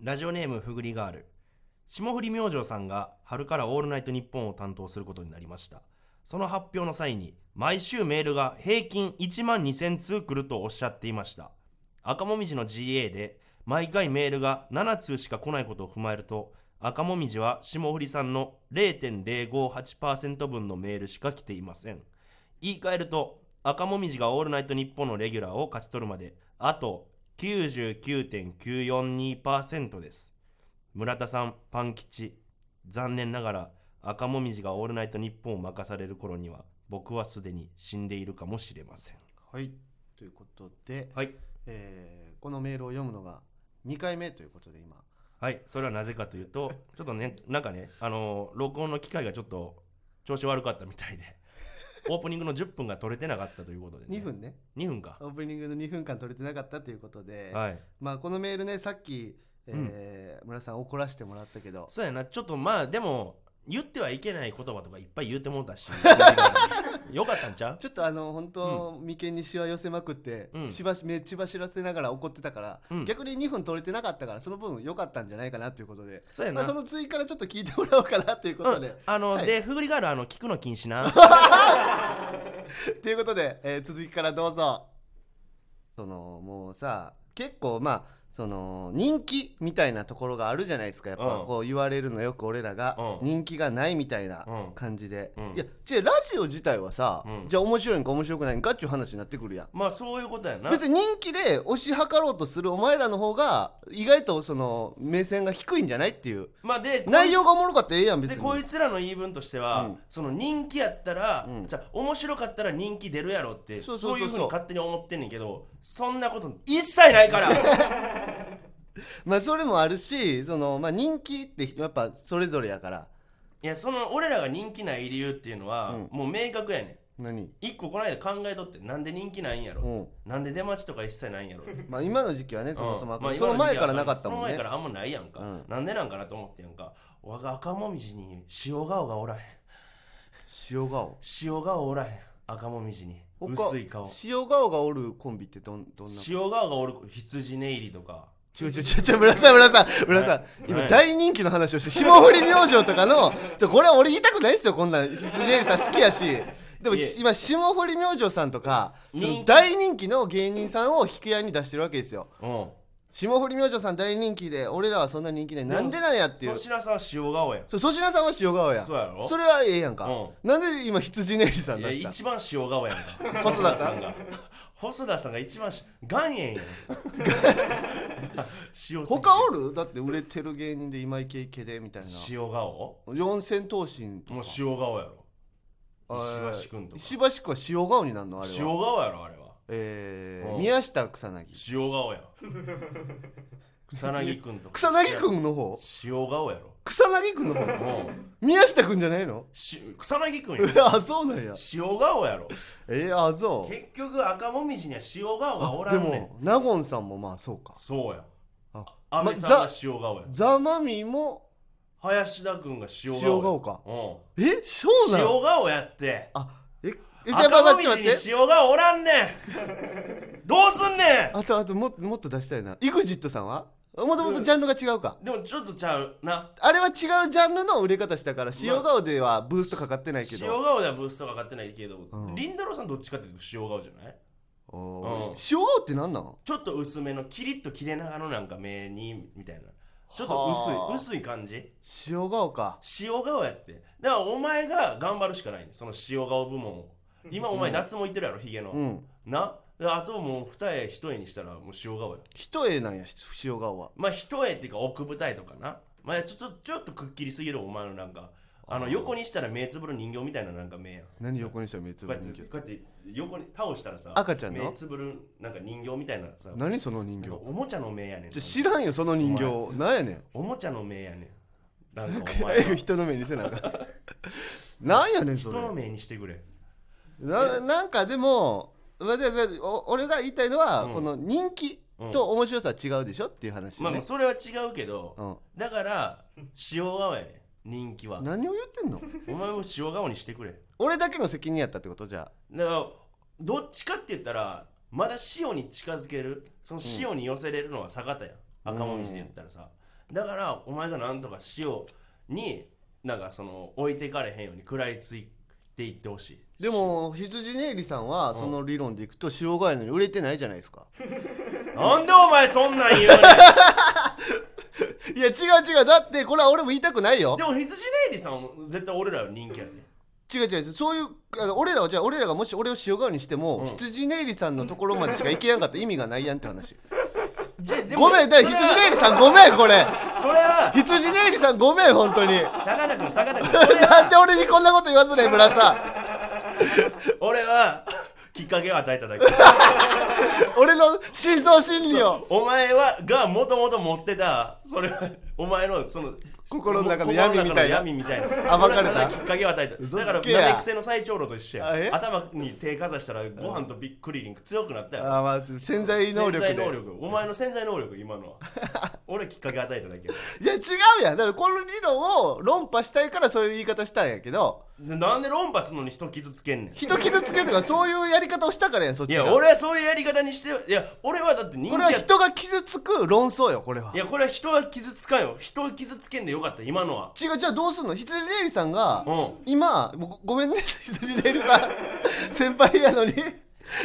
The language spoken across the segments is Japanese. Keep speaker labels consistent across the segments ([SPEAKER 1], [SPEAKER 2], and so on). [SPEAKER 1] ラジオネームふぐりガール霜降り明星さんが春から「オールナイトニッポン」を担当することになりましたその発表の際に毎週メールが平均1万2000通来るとおっしゃっていました赤もみじの GA で毎回メールが7通しか来ないことを踏まえると赤もみじは霜降りさんの0.058%分のメールしか来ていません言い換えると赤もみじが「オールナイトニッポン」のレギュラーを勝ち取るまであと99.942%です村田さんパン吉残念ながら赤もみじが「オールナイトニッポン」を任される頃には僕はすでに死んでいるかもしれません
[SPEAKER 2] はいということで、
[SPEAKER 1] はい
[SPEAKER 2] えーこのメールを読むのが2回目ということで今
[SPEAKER 1] はいそれはなぜかというと ちょっとねなんかねあのー録音の機会がちょっと調子悪かったみたいで オープニングの10分が取れてなかったということで、ね、
[SPEAKER 2] 2分ね
[SPEAKER 1] 2分か
[SPEAKER 2] オープニングの2分間取れてなかったということで、
[SPEAKER 1] はい
[SPEAKER 2] まあ、このメールねさっき、えー村さん怒らせてもらったけど
[SPEAKER 1] そうやなちょっとまあでも言ってはいけない言葉とかいっぱい言うてもうた しよかったんちゃう
[SPEAKER 2] ちょっとあの本当、眉間にしわ寄せまくって、
[SPEAKER 1] うん
[SPEAKER 2] しばし目血走らせながら怒ってたから、
[SPEAKER 1] うん
[SPEAKER 2] 逆に2分取れてなかったからその分良かったんじゃないかなということで
[SPEAKER 1] そうやな
[SPEAKER 2] まあ、その追加からちょっと聞いてもらおうかなということで、
[SPEAKER 1] うんあの、
[SPEAKER 2] はい
[SPEAKER 1] でふぐりガールあの聞くの禁止 な
[SPEAKER 2] ということで、えー続きからどうぞそのもうさ結構まあその人気みたいなところがあるじゃないですかやっぱ
[SPEAKER 1] うん
[SPEAKER 2] こう言われるのよく俺らが
[SPEAKER 1] うん
[SPEAKER 2] 人気がないみたいな
[SPEAKER 1] うん
[SPEAKER 2] 感じで、
[SPEAKER 1] うん
[SPEAKER 2] いや違うラジオ自体はさ、
[SPEAKER 1] うん
[SPEAKER 2] じゃあ面白いんか面白くないんかっていう話になってくるやん
[SPEAKER 1] まあそういうことやな
[SPEAKER 2] 別に人気で推し量ろうとするお前らの方が意外とその目線が低いんじゃないっていう
[SPEAKER 1] まあで
[SPEAKER 2] 内容がおもろかったらええやん別
[SPEAKER 1] で
[SPEAKER 2] に
[SPEAKER 1] こいつらの言い分としては、
[SPEAKER 2] うん
[SPEAKER 1] その人気やったら、
[SPEAKER 2] うん
[SPEAKER 1] じゃあ面白かったら人気出るやろって
[SPEAKER 2] そ
[SPEAKER 1] そうう
[SPEAKER 2] そうそうそう
[SPEAKER 1] いうふうに勝手に思ってんねんけどそんなこと一切ないから
[SPEAKER 2] まあそれもあるしその、まあ、人気ってやっぱそれぞれやから
[SPEAKER 1] いやその俺らが人気ない理由っていうのは、
[SPEAKER 2] うん
[SPEAKER 1] もう明確やねん
[SPEAKER 2] 何
[SPEAKER 1] 一個この間考えとってなんで人気ないんやろ、
[SPEAKER 2] うん
[SPEAKER 1] なんで出待ちとか一切ないんやろって
[SPEAKER 2] まあ今の時期はねそもそも、
[SPEAKER 1] うんまあ
[SPEAKER 2] その前からなかったもん
[SPEAKER 1] その前
[SPEAKER 2] ね
[SPEAKER 1] からあんまないやんか、
[SPEAKER 2] うん
[SPEAKER 1] なんでなんかなと思ってやんか我が赤もみじに塩顔がおらへん
[SPEAKER 2] 塩顔
[SPEAKER 1] 塩顔おらへん赤もみじに薄い顔
[SPEAKER 2] 塩顔がおるコンビってどんどんな
[SPEAKER 1] 塩顔がおる羊ネイリとか
[SPEAKER 2] ちょちょちょちょ村さん村さん村さん
[SPEAKER 1] は
[SPEAKER 2] 今
[SPEAKER 1] はい
[SPEAKER 2] 大人気の話をして霜降り明星とかのちょこれは俺言いたくないですよこんなんひつねりさん好きやしでも
[SPEAKER 1] いえ
[SPEAKER 2] 今霜降り明星さんとかその
[SPEAKER 1] 人気
[SPEAKER 2] 大人気の芸人さんを引き合いに出してるわけですよ
[SPEAKER 1] うん
[SPEAKER 2] 霜降り明星さん大人気で俺らはそんな人気ないなんでなんやっていう
[SPEAKER 1] 粗品さんは塩顔やん
[SPEAKER 2] そう粗品さんは塩顔や
[SPEAKER 1] そうやろ
[SPEAKER 2] それはええやんか、
[SPEAKER 1] う
[SPEAKER 2] なんで今羊ねりさん
[SPEAKER 1] い
[SPEAKER 2] 出
[SPEAKER 1] や
[SPEAKER 2] した
[SPEAKER 1] 一番塩顔やんか
[SPEAKER 2] 細田さん
[SPEAKER 1] が細田さんが一番し岩塩やん塩すぎて
[SPEAKER 2] 他おるだって売れてる芸人で今イケイケでみたいな
[SPEAKER 1] 塩顔
[SPEAKER 2] 四千頭身と
[SPEAKER 1] もう
[SPEAKER 2] か
[SPEAKER 1] 塩顔やろ
[SPEAKER 2] えー
[SPEAKER 1] 石橋君とか
[SPEAKER 2] 石橋君は塩顔になるのあれ
[SPEAKER 1] 塩
[SPEAKER 2] は
[SPEAKER 1] 顔やろあれは
[SPEAKER 2] えー
[SPEAKER 1] うん
[SPEAKER 2] 宮下草薙
[SPEAKER 1] 塩顔や ん草薙くんとか
[SPEAKER 2] 草薙君の方
[SPEAKER 1] 塩顔やろ
[SPEAKER 2] 草薙君の方
[SPEAKER 1] もう
[SPEAKER 2] 宮下君じゃない の
[SPEAKER 1] し草薙くんや
[SPEAKER 2] あそうなんや
[SPEAKER 1] 塩顔やろ
[SPEAKER 2] えー、あそう
[SPEAKER 1] 結局赤もみじには塩顔がおら
[SPEAKER 2] で
[SPEAKER 1] んねん
[SPEAKER 2] も納言さんもまあそうか
[SPEAKER 1] そうや
[SPEAKER 2] あ
[SPEAKER 1] 安
[SPEAKER 2] ま
[SPEAKER 1] 倍さん
[SPEAKER 2] ザ
[SPEAKER 1] が塩顔や
[SPEAKER 2] ザ・マミィも
[SPEAKER 1] 林田くんが塩顔や
[SPEAKER 2] 塩顔か
[SPEAKER 1] う
[SPEAKER 2] えそうなんの
[SPEAKER 1] 塩顔やって
[SPEAKER 2] あええじゃあ
[SPEAKER 1] 赤
[SPEAKER 2] まあ
[SPEAKER 1] も
[SPEAKER 2] 待
[SPEAKER 1] み
[SPEAKER 2] って待
[SPEAKER 1] じ
[SPEAKER 2] っ
[SPEAKER 1] に
[SPEAKER 2] て
[SPEAKER 1] 塩顔おらんね んどうすんね
[SPEAKER 2] あとあともっともっと出したいな EXIT さんはもともとジャンルが違うか、
[SPEAKER 1] んでもちょっとちゃうな
[SPEAKER 2] あれは違うジャンルの売れ方したから塩顔ではブーストかかってないけ
[SPEAKER 1] 塩
[SPEAKER 2] ど、
[SPEAKER 1] 顔ではブーストが買ってないけど、
[SPEAKER 2] うん
[SPEAKER 1] リンダローさんどっちかっていうと塩顔じゃない
[SPEAKER 2] おー
[SPEAKER 1] うん
[SPEAKER 2] 塩顔って何なの
[SPEAKER 1] ちょっと薄めのキリッと切れ長のなんか目にみたいなちょっ
[SPEAKER 2] は
[SPEAKER 1] と
[SPEAKER 2] あ
[SPEAKER 1] 薄い薄い感じ
[SPEAKER 2] 塩顔か
[SPEAKER 1] 塩顔やってだからお前が頑張るしかないねその塩顔部門を今お前
[SPEAKER 2] うん
[SPEAKER 1] 夏もいってるやろヒゲの、
[SPEAKER 2] うん
[SPEAKER 1] なあともう二重一重にしたらもう塩顔や
[SPEAKER 2] 一重なんや塩顔は
[SPEAKER 1] まあ一重っていうか奥二重とかなまあちょっとちょっとくっきりすぎるお前のなんかあの
[SPEAKER 2] あー
[SPEAKER 1] 横にしたら目つぶる人形みたいななんか目やん
[SPEAKER 2] 何横にしたら目つ
[SPEAKER 1] こう
[SPEAKER 2] ぶ
[SPEAKER 1] やっ
[SPEAKER 2] る
[SPEAKER 1] て
[SPEAKER 2] 人
[SPEAKER 1] こ
[SPEAKER 2] 形
[SPEAKER 1] うやって横に倒したらさ
[SPEAKER 2] 赤ちゃんの
[SPEAKER 1] 目つぶるなんか人形みたいなさ
[SPEAKER 2] 何その人
[SPEAKER 1] なん
[SPEAKER 2] 形
[SPEAKER 1] かおもちゃの目やねん
[SPEAKER 2] ちょ知らんよその人
[SPEAKER 1] お
[SPEAKER 2] 形なんやねん
[SPEAKER 1] おもちゃの目やねん。なんかお前は
[SPEAKER 2] え 人の目にせなあかんなんやねんそ
[SPEAKER 1] 人
[SPEAKER 2] れ
[SPEAKER 1] の目にしてくれ。
[SPEAKER 2] ななんかでもまあででお俺が言いたいのは、
[SPEAKER 1] うん
[SPEAKER 2] この人気と面白さは違うでしょっていう話
[SPEAKER 1] まあ
[SPEAKER 2] よ
[SPEAKER 1] ま
[SPEAKER 2] ね
[SPEAKER 1] あ、それは違うけど、
[SPEAKER 2] うん
[SPEAKER 1] だから塩顔やねん、人気は。
[SPEAKER 2] 何を言 ってんの
[SPEAKER 1] お前も塩顔にしてくれ。
[SPEAKER 2] 俺だけの責任やったってことじゃ
[SPEAKER 1] だから、どっちかって言ったら、まだ塩に近づける、その塩に寄せれるのは坂田やん。赤もみじで言ったらさ。だからお前がなんとかしようになんかその置いていかれへんように食らいついていってほしい
[SPEAKER 2] でも羊ねいりさんはその理論でいくと塩貝のに売れてないじゃないですか
[SPEAKER 1] なんでお前そんなん言うね ん
[SPEAKER 2] いや違う違うだってこれは俺も言いたくないよ
[SPEAKER 1] でも羊ネイリさん絶対俺らより人気やね
[SPEAKER 2] 違う違うそういうあの俺らはじゃあ俺らがもし俺を塩顔にしても、羊ねいりさんのところまでしか行けやんかったら意味がないやんって話ごめんだから羊ねいりさんごめんこれ
[SPEAKER 1] それは
[SPEAKER 2] 羊ねいりさんごめん本当に
[SPEAKER 1] 坂田君坂田君それ
[SPEAKER 2] なんで俺にこんなこと言わずね村さ
[SPEAKER 1] 俺はきっかけを与えただけ
[SPEAKER 2] ん俺の真相心理を
[SPEAKER 1] お前はがもともと持ってたそれはお前のその
[SPEAKER 2] 心の中の闇みた
[SPEAKER 1] 心の
[SPEAKER 2] いな
[SPEAKER 1] 中の闇みたいな
[SPEAKER 2] 暴かれ
[SPEAKER 1] 俺
[SPEAKER 2] た
[SPEAKER 1] はだきっかけを与えた
[SPEAKER 2] 嘘
[SPEAKER 1] だから
[SPEAKER 2] つけや
[SPEAKER 1] ナメクセの最長老と一緒
[SPEAKER 2] あえ
[SPEAKER 1] や頭に手かざしたらご飯とびっくりリンク強くなったよ
[SPEAKER 2] あ、まあ、潜在能力で
[SPEAKER 1] 潜在能力お前の潜在能力今のは 俺きっかけ与えただけや
[SPEAKER 2] いや違うやんだからこの理論を論破したいからそういう言い方したんやけど
[SPEAKER 1] でなんで論破するのに人傷つけんねん
[SPEAKER 2] 人傷つけるとかそういうやり方をしたからやんそっ
[SPEAKER 1] い
[SPEAKER 2] ちが
[SPEAKER 1] や俺はそういうやり方にしていや俺はだって人気
[SPEAKER 2] これ
[SPEAKER 1] や
[SPEAKER 2] は
[SPEAKER 1] った
[SPEAKER 2] 人が傷つく論争よこれはい
[SPEAKER 1] やこれは人は傷つかんよ人を傷つけんでよかった今のは
[SPEAKER 2] 違うじゃあどうすんの羊レイリさんが、
[SPEAKER 1] うん
[SPEAKER 2] 今もうごごめんね羊レイリさん 先輩やのに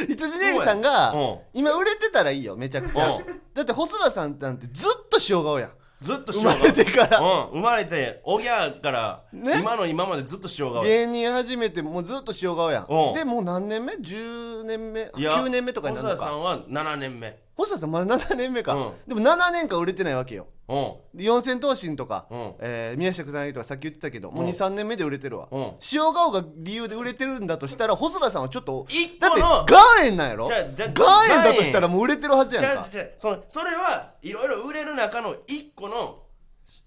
[SPEAKER 2] 羊レイリさんが、
[SPEAKER 1] そうやうん
[SPEAKER 2] 今売れてたらいいよめちゃくちゃ、
[SPEAKER 1] うん
[SPEAKER 2] だって細田さんなんてずっと塩顔やん
[SPEAKER 1] ずっと
[SPEAKER 2] 生
[SPEAKER 1] 塩
[SPEAKER 2] ま
[SPEAKER 1] 顔
[SPEAKER 2] れてから
[SPEAKER 1] うん、生まれておぎゃーから、
[SPEAKER 2] ね
[SPEAKER 1] 今の今までずっと塩顔や
[SPEAKER 2] 芸人始めてもうずっと塩顔やん
[SPEAKER 1] うん
[SPEAKER 2] でもう何年目 ?10 年目
[SPEAKER 1] いや
[SPEAKER 2] 9年目とかになるの
[SPEAKER 1] 細田さ
[SPEAKER 2] か
[SPEAKER 1] んは7年目
[SPEAKER 2] 細田さんまだ7年目か、
[SPEAKER 1] うん
[SPEAKER 2] でも7年間売れてないわけよ
[SPEAKER 1] うん
[SPEAKER 2] で四千頭身とか、
[SPEAKER 1] うん
[SPEAKER 2] えー宮下草薙とかさっき言ってたけどもう
[SPEAKER 1] うん
[SPEAKER 2] 23年目で売れてるわ、
[SPEAKER 1] うん
[SPEAKER 2] 塩顔が理由で売れてるんだとしたら細田さんはちょっと
[SPEAKER 1] 一
[SPEAKER 2] だっ
[SPEAKER 1] 個
[SPEAKER 2] て
[SPEAKER 1] の
[SPEAKER 2] 岩塩なんやろ
[SPEAKER 1] じゃ
[SPEAKER 2] 岩
[SPEAKER 1] あ
[SPEAKER 2] 塩
[SPEAKER 1] じゃあ
[SPEAKER 2] だとしたらもう売れてるはずやん
[SPEAKER 1] 違う
[SPEAKER 2] か
[SPEAKER 1] 違うそのそれはいろいろ売れる中の1個の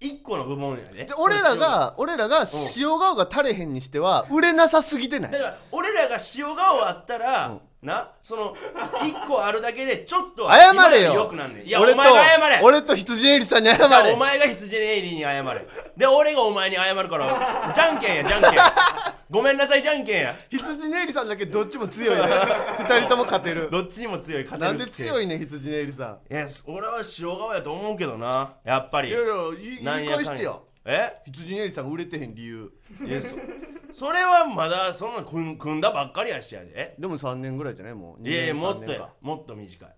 [SPEAKER 1] 1個の部門やね
[SPEAKER 2] で俺らが俺らが塩顔が垂れへんにしては売れなさすぎてな
[SPEAKER 1] だ
[SPEAKER 2] い
[SPEAKER 1] から俺らが塩顔あったら、なその1個あるだけでちょっとは
[SPEAKER 2] 謝れ
[SPEAKER 1] 今より良
[SPEAKER 2] よ
[SPEAKER 1] くなんねんいやお
[SPEAKER 2] 俺
[SPEAKER 1] 前
[SPEAKER 2] と
[SPEAKER 1] が謝れ
[SPEAKER 2] 俺と羊エリさんに謝
[SPEAKER 1] じゃあ
[SPEAKER 2] れ
[SPEAKER 1] お前が羊ネイリーに謝れで俺がお前に謝るからじゃんけんやじゃんけんごめんなさいじゃんけんや
[SPEAKER 2] 羊ネイリさんだけどっちも強いね二人とも勝てる
[SPEAKER 1] どっちにも強い勝て
[SPEAKER 2] な
[SPEAKER 1] る
[SPEAKER 2] んで強
[SPEAKER 1] い
[SPEAKER 2] いね羊ネイリさ
[SPEAKER 1] いや俺は塩顔やと思うけどなやっぱ
[SPEAKER 2] ん
[SPEAKER 1] り
[SPEAKER 2] いやいや
[SPEAKER 1] なん
[SPEAKER 2] 言い
[SPEAKER 1] やかんや
[SPEAKER 2] 返してよ
[SPEAKER 1] え
[SPEAKER 2] 羊ネイリさんが売れてへん理由
[SPEAKER 1] いやそそれはまだそんな組ん組んだばっかりやしやで
[SPEAKER 2] でも3年ぐらいじゃないもう
[SPEAKER 1] いやいや
[SPEAKER 2] 2年
[SPEAKER 1] もっ
[SPEAKER 2] 3
[SPEAKER 1] と
[SPEAKER 2] 年
[SPEAKER 1] や
[SPEAKER 2] か
[SPEAKER 1] もっと短い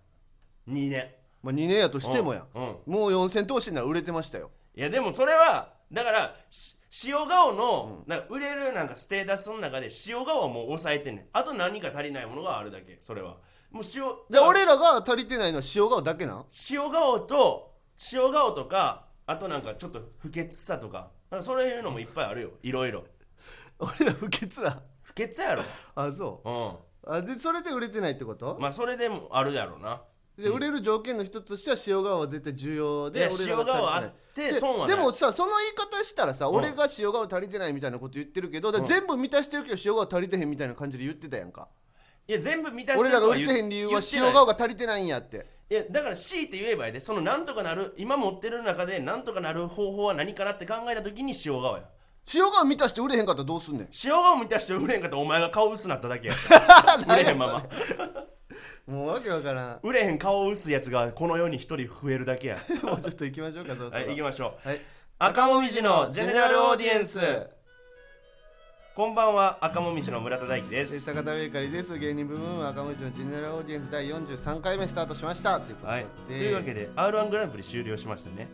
[SPEAKER 1] 2年
[SPEAKER 2] まあ、2年やとしてもや、
[SPEAKER 1] うんうん
[SPEAKER 2] もう四千投資なら売れてましたよ
[SPEAKER 1] いやでもそれはだからし塩顔の、なんか売れるなんかステータスの中で塩顔はもう抑えてんねんあと何か足りないものがあるだけそれはもう塩
[SPEAKER 2] で俺らが足りてないのは塩顔だけなん
[SPEAKER 1] 塩顔と塩顔とかあとなんかちょっと不潔さとかなんかそういうのもいっぱいあるよいろいろ
[SPEAKER 2] 俺ら不潔だ
[SPEAKER 1] 不潔やろ
[SPEAKER 2] あそううあでそれで売れてないってこと
[SPEAKER 1] ん、まあそれでもあるやろな
[SPEAKER 2] で売れる条件の一つとしては塩顔は絶対重要
[SPEAKER 1] い
[SPEAKER 2] で
[SPEAKER 1] や
[SPEAKER 2] 俺らが足り
[SPEAKER 1] 塩
[SPEAKER 2] な
[SPEAKER 1] 顔
[SPEAKER 2] い
[SPEAKER 1] あって
[SPEAKER 2] で
[SPEAKER 1] 損はない
[SPEAKER 2] でもさその言い方したらさ、
[SPEAKER 1] ん
[SPEAKER 2] 俺が塩顔足りてないみたいなこと言ってるけど、だから全部満たしてるけど塩顔足りてへんみたいな感じで言ってたやんか
[SPEAKER 1] いや全部満たして
[SPEAKER 2] 俺
[SPEAKER 1] ると
[SPEAKER 2] ら
[SPEAKER 1] は
[SPEAKER 2] が売れ
[SPEAKER 1] 言
[SPEAKER 2] てへん理由は
[SPEAKER 1] 言ってない
[SPEAKER 2] 塩顔が足りてないんやって
[SPEAKER 1] いやだから強いて言えばやでそのなんとかなる今持ってる中でなんとかなる方法は何かなって考えた時に塩顔や
[SPEAKER 2] 塩顔満たして売れへんかったらどうすんねん
[SPEAKER 1] 塩顔満たして売れへんかったらお前が顔薄なっただ けや 売れへんまま
[SPEAKER 2] もうわけわからん
[SPEAKER 1] 売れへん顔薄いやつがこの世に一人増えるだけ や
[SPEAKER 2] もうちょっと行きましょうかそろそ
[SPEAKER 1] は
[SPEAKER 2] ろ
[SPEAKER 1] い行きましょう
[SPEAKER 2] はい
[SPEAKER 1] 赤もみじのジェネラルオーディエンスこんばんは赤もみじの村田大樹で
[SPEAKER 2] えー
[SPEAKER 1] す
[SPEAKER 2] 坂田ベーカリーです芸人ブーム赤文字のジェネラルオーディエンス第43回目スタートしましたということで、
[SPEAKER 1] はいというわけで r 1グランプリ終了しましたね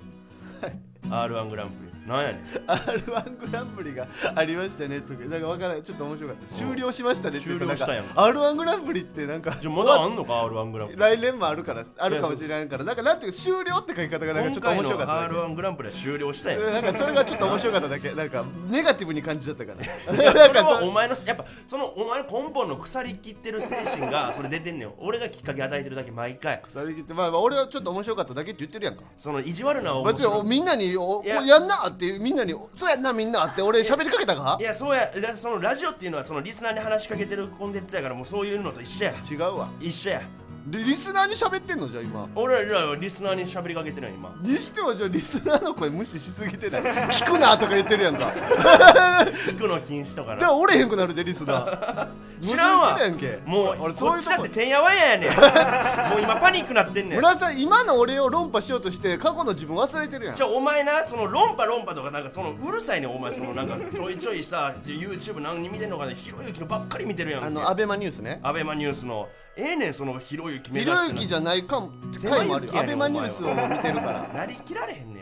[SPEAKER 1] r 1グランプリなんやねん
[SPEAKER 2] R1 グランプリがありましたねとかなんかわからないちょっと面白かった
[SPEAKER 1] うん
[SPEAKER 2] 終了しましたねって言うと
[SPEAKER 1] 終了したやん
[SPEAKER 2] なんか R1 グランプリってなんか
[SPEAKER 1] じゃあまだあんのか r 1グランプリ
[SPEAKER 2] 来年もあるからあるかもしれないからなんかなんていうか終了って書き方がなん
[SPEAKER 1] 今
[SPEAKER 2] かちょっと
[SPEAKER 1] 回
[SPEAKER 2] 面白
[SPEAKER 1] の
[SPEAKER 2] かっただけ
[SPEAKER 1] R1 グランプリは終了したよ。
[SPEAKER 2] うんなんかそれがちょっと面白かっただけなんかネガティブに感じちゃったから
[SPEAKER 1] いや
[SPEAKER 2] なん
[SPEAKER 1] それ
[SPEAKER 2] か
[SPEAKER 1] は
[SPEAKER 2] そ
[SPEAKER 1] お前のやっぱそのお前の根本の腐りきってる精神がそれ出てんねん俺がきっかけ与えてるだけ毎回
[SPEAKER 2] 腐りきってまあまあ俺はちょっと面白かっただけって言ってるやんか
[SPEAKER 1] その意地悪な思
[SPEAKER 2] 別におみんなにおお
[SPEAKER 1] いや
[SPEAKER 2] やんなってみんなにそうやんなみんなって俺喋りかけたか
[SPEAKER 1] いやそうやだってそのラジオっていうのはそのリスナーに話しかけてるコンテンツやからもうそういうのと一緒や
[SPEAKER 2] 違うわ
[SPEAKER 1] 一緒や
[SPEAKER 2] リリスナーに喋ってんのじゃあ今
[SPEAKER 1] 俺らはリスナーに喋りかけてるやん今
[SPEAKER 2] にしてはじゃあリスナーの声無視しすぎてない聞 くなとか言ってるやんか
[SPEAKER 1] 聞くの禁止とか
[SPEAKER 2] じ
[SPEAKER 1] な
[SPEAKER 2] ゃあ折れへんくなるでリスナー
[SPEAKER 1] 知らんわ
[SPEAKER 2] 矛盾してるやんけ
[SPEAKER 1] もう
[SPEAKER 2] 俺
[SPEAKER 1] こ
[SPEAKER 2] そう
[SPEAKER 1] っ
[SPEAKER 2] いう
[SPEAKER 1] ち
[SPEAKER 2] と
[SPEAKER 1] だ
[SPEAKER 2] こ
[SPEAKER 1] っててんやわんやや ねんもう今パニックなってんねん
[SPEAKER 2] 村井さん今の俺を論破しようとして過去の自分忘れてるやん
[SPEAKER 1] じゃあお前なその論破論破とかなんかそのうるさいねんお前そのなんかちょいちょいさ YouTube 何見てんのかねひろゆきのばっかり見てるやんけ
[SPEAKER 2] あのアベマニュースね
[SPEAKER 1] アベマニュースのええねんそのひろゆき目
[SPEAKER 2] ひ
[SPEAKER 1] 指
[SPEAKER 2] ろ
[SPEAKER 1] し
[SPEAKER 2] ゆ
[SPEAKER 1] て
[SPEAKER 2] き
[SPEAKER 1] る
[SPEAKER 2] じゃないかも回もある
[SPEAKER 1] 狭い
[SPEAKER 2] よアベ
[SPEAKER 1] ゆきやね
[SPEAKER 2] マニュースを見てるから
[SPEAKER 1] なりきられへんねん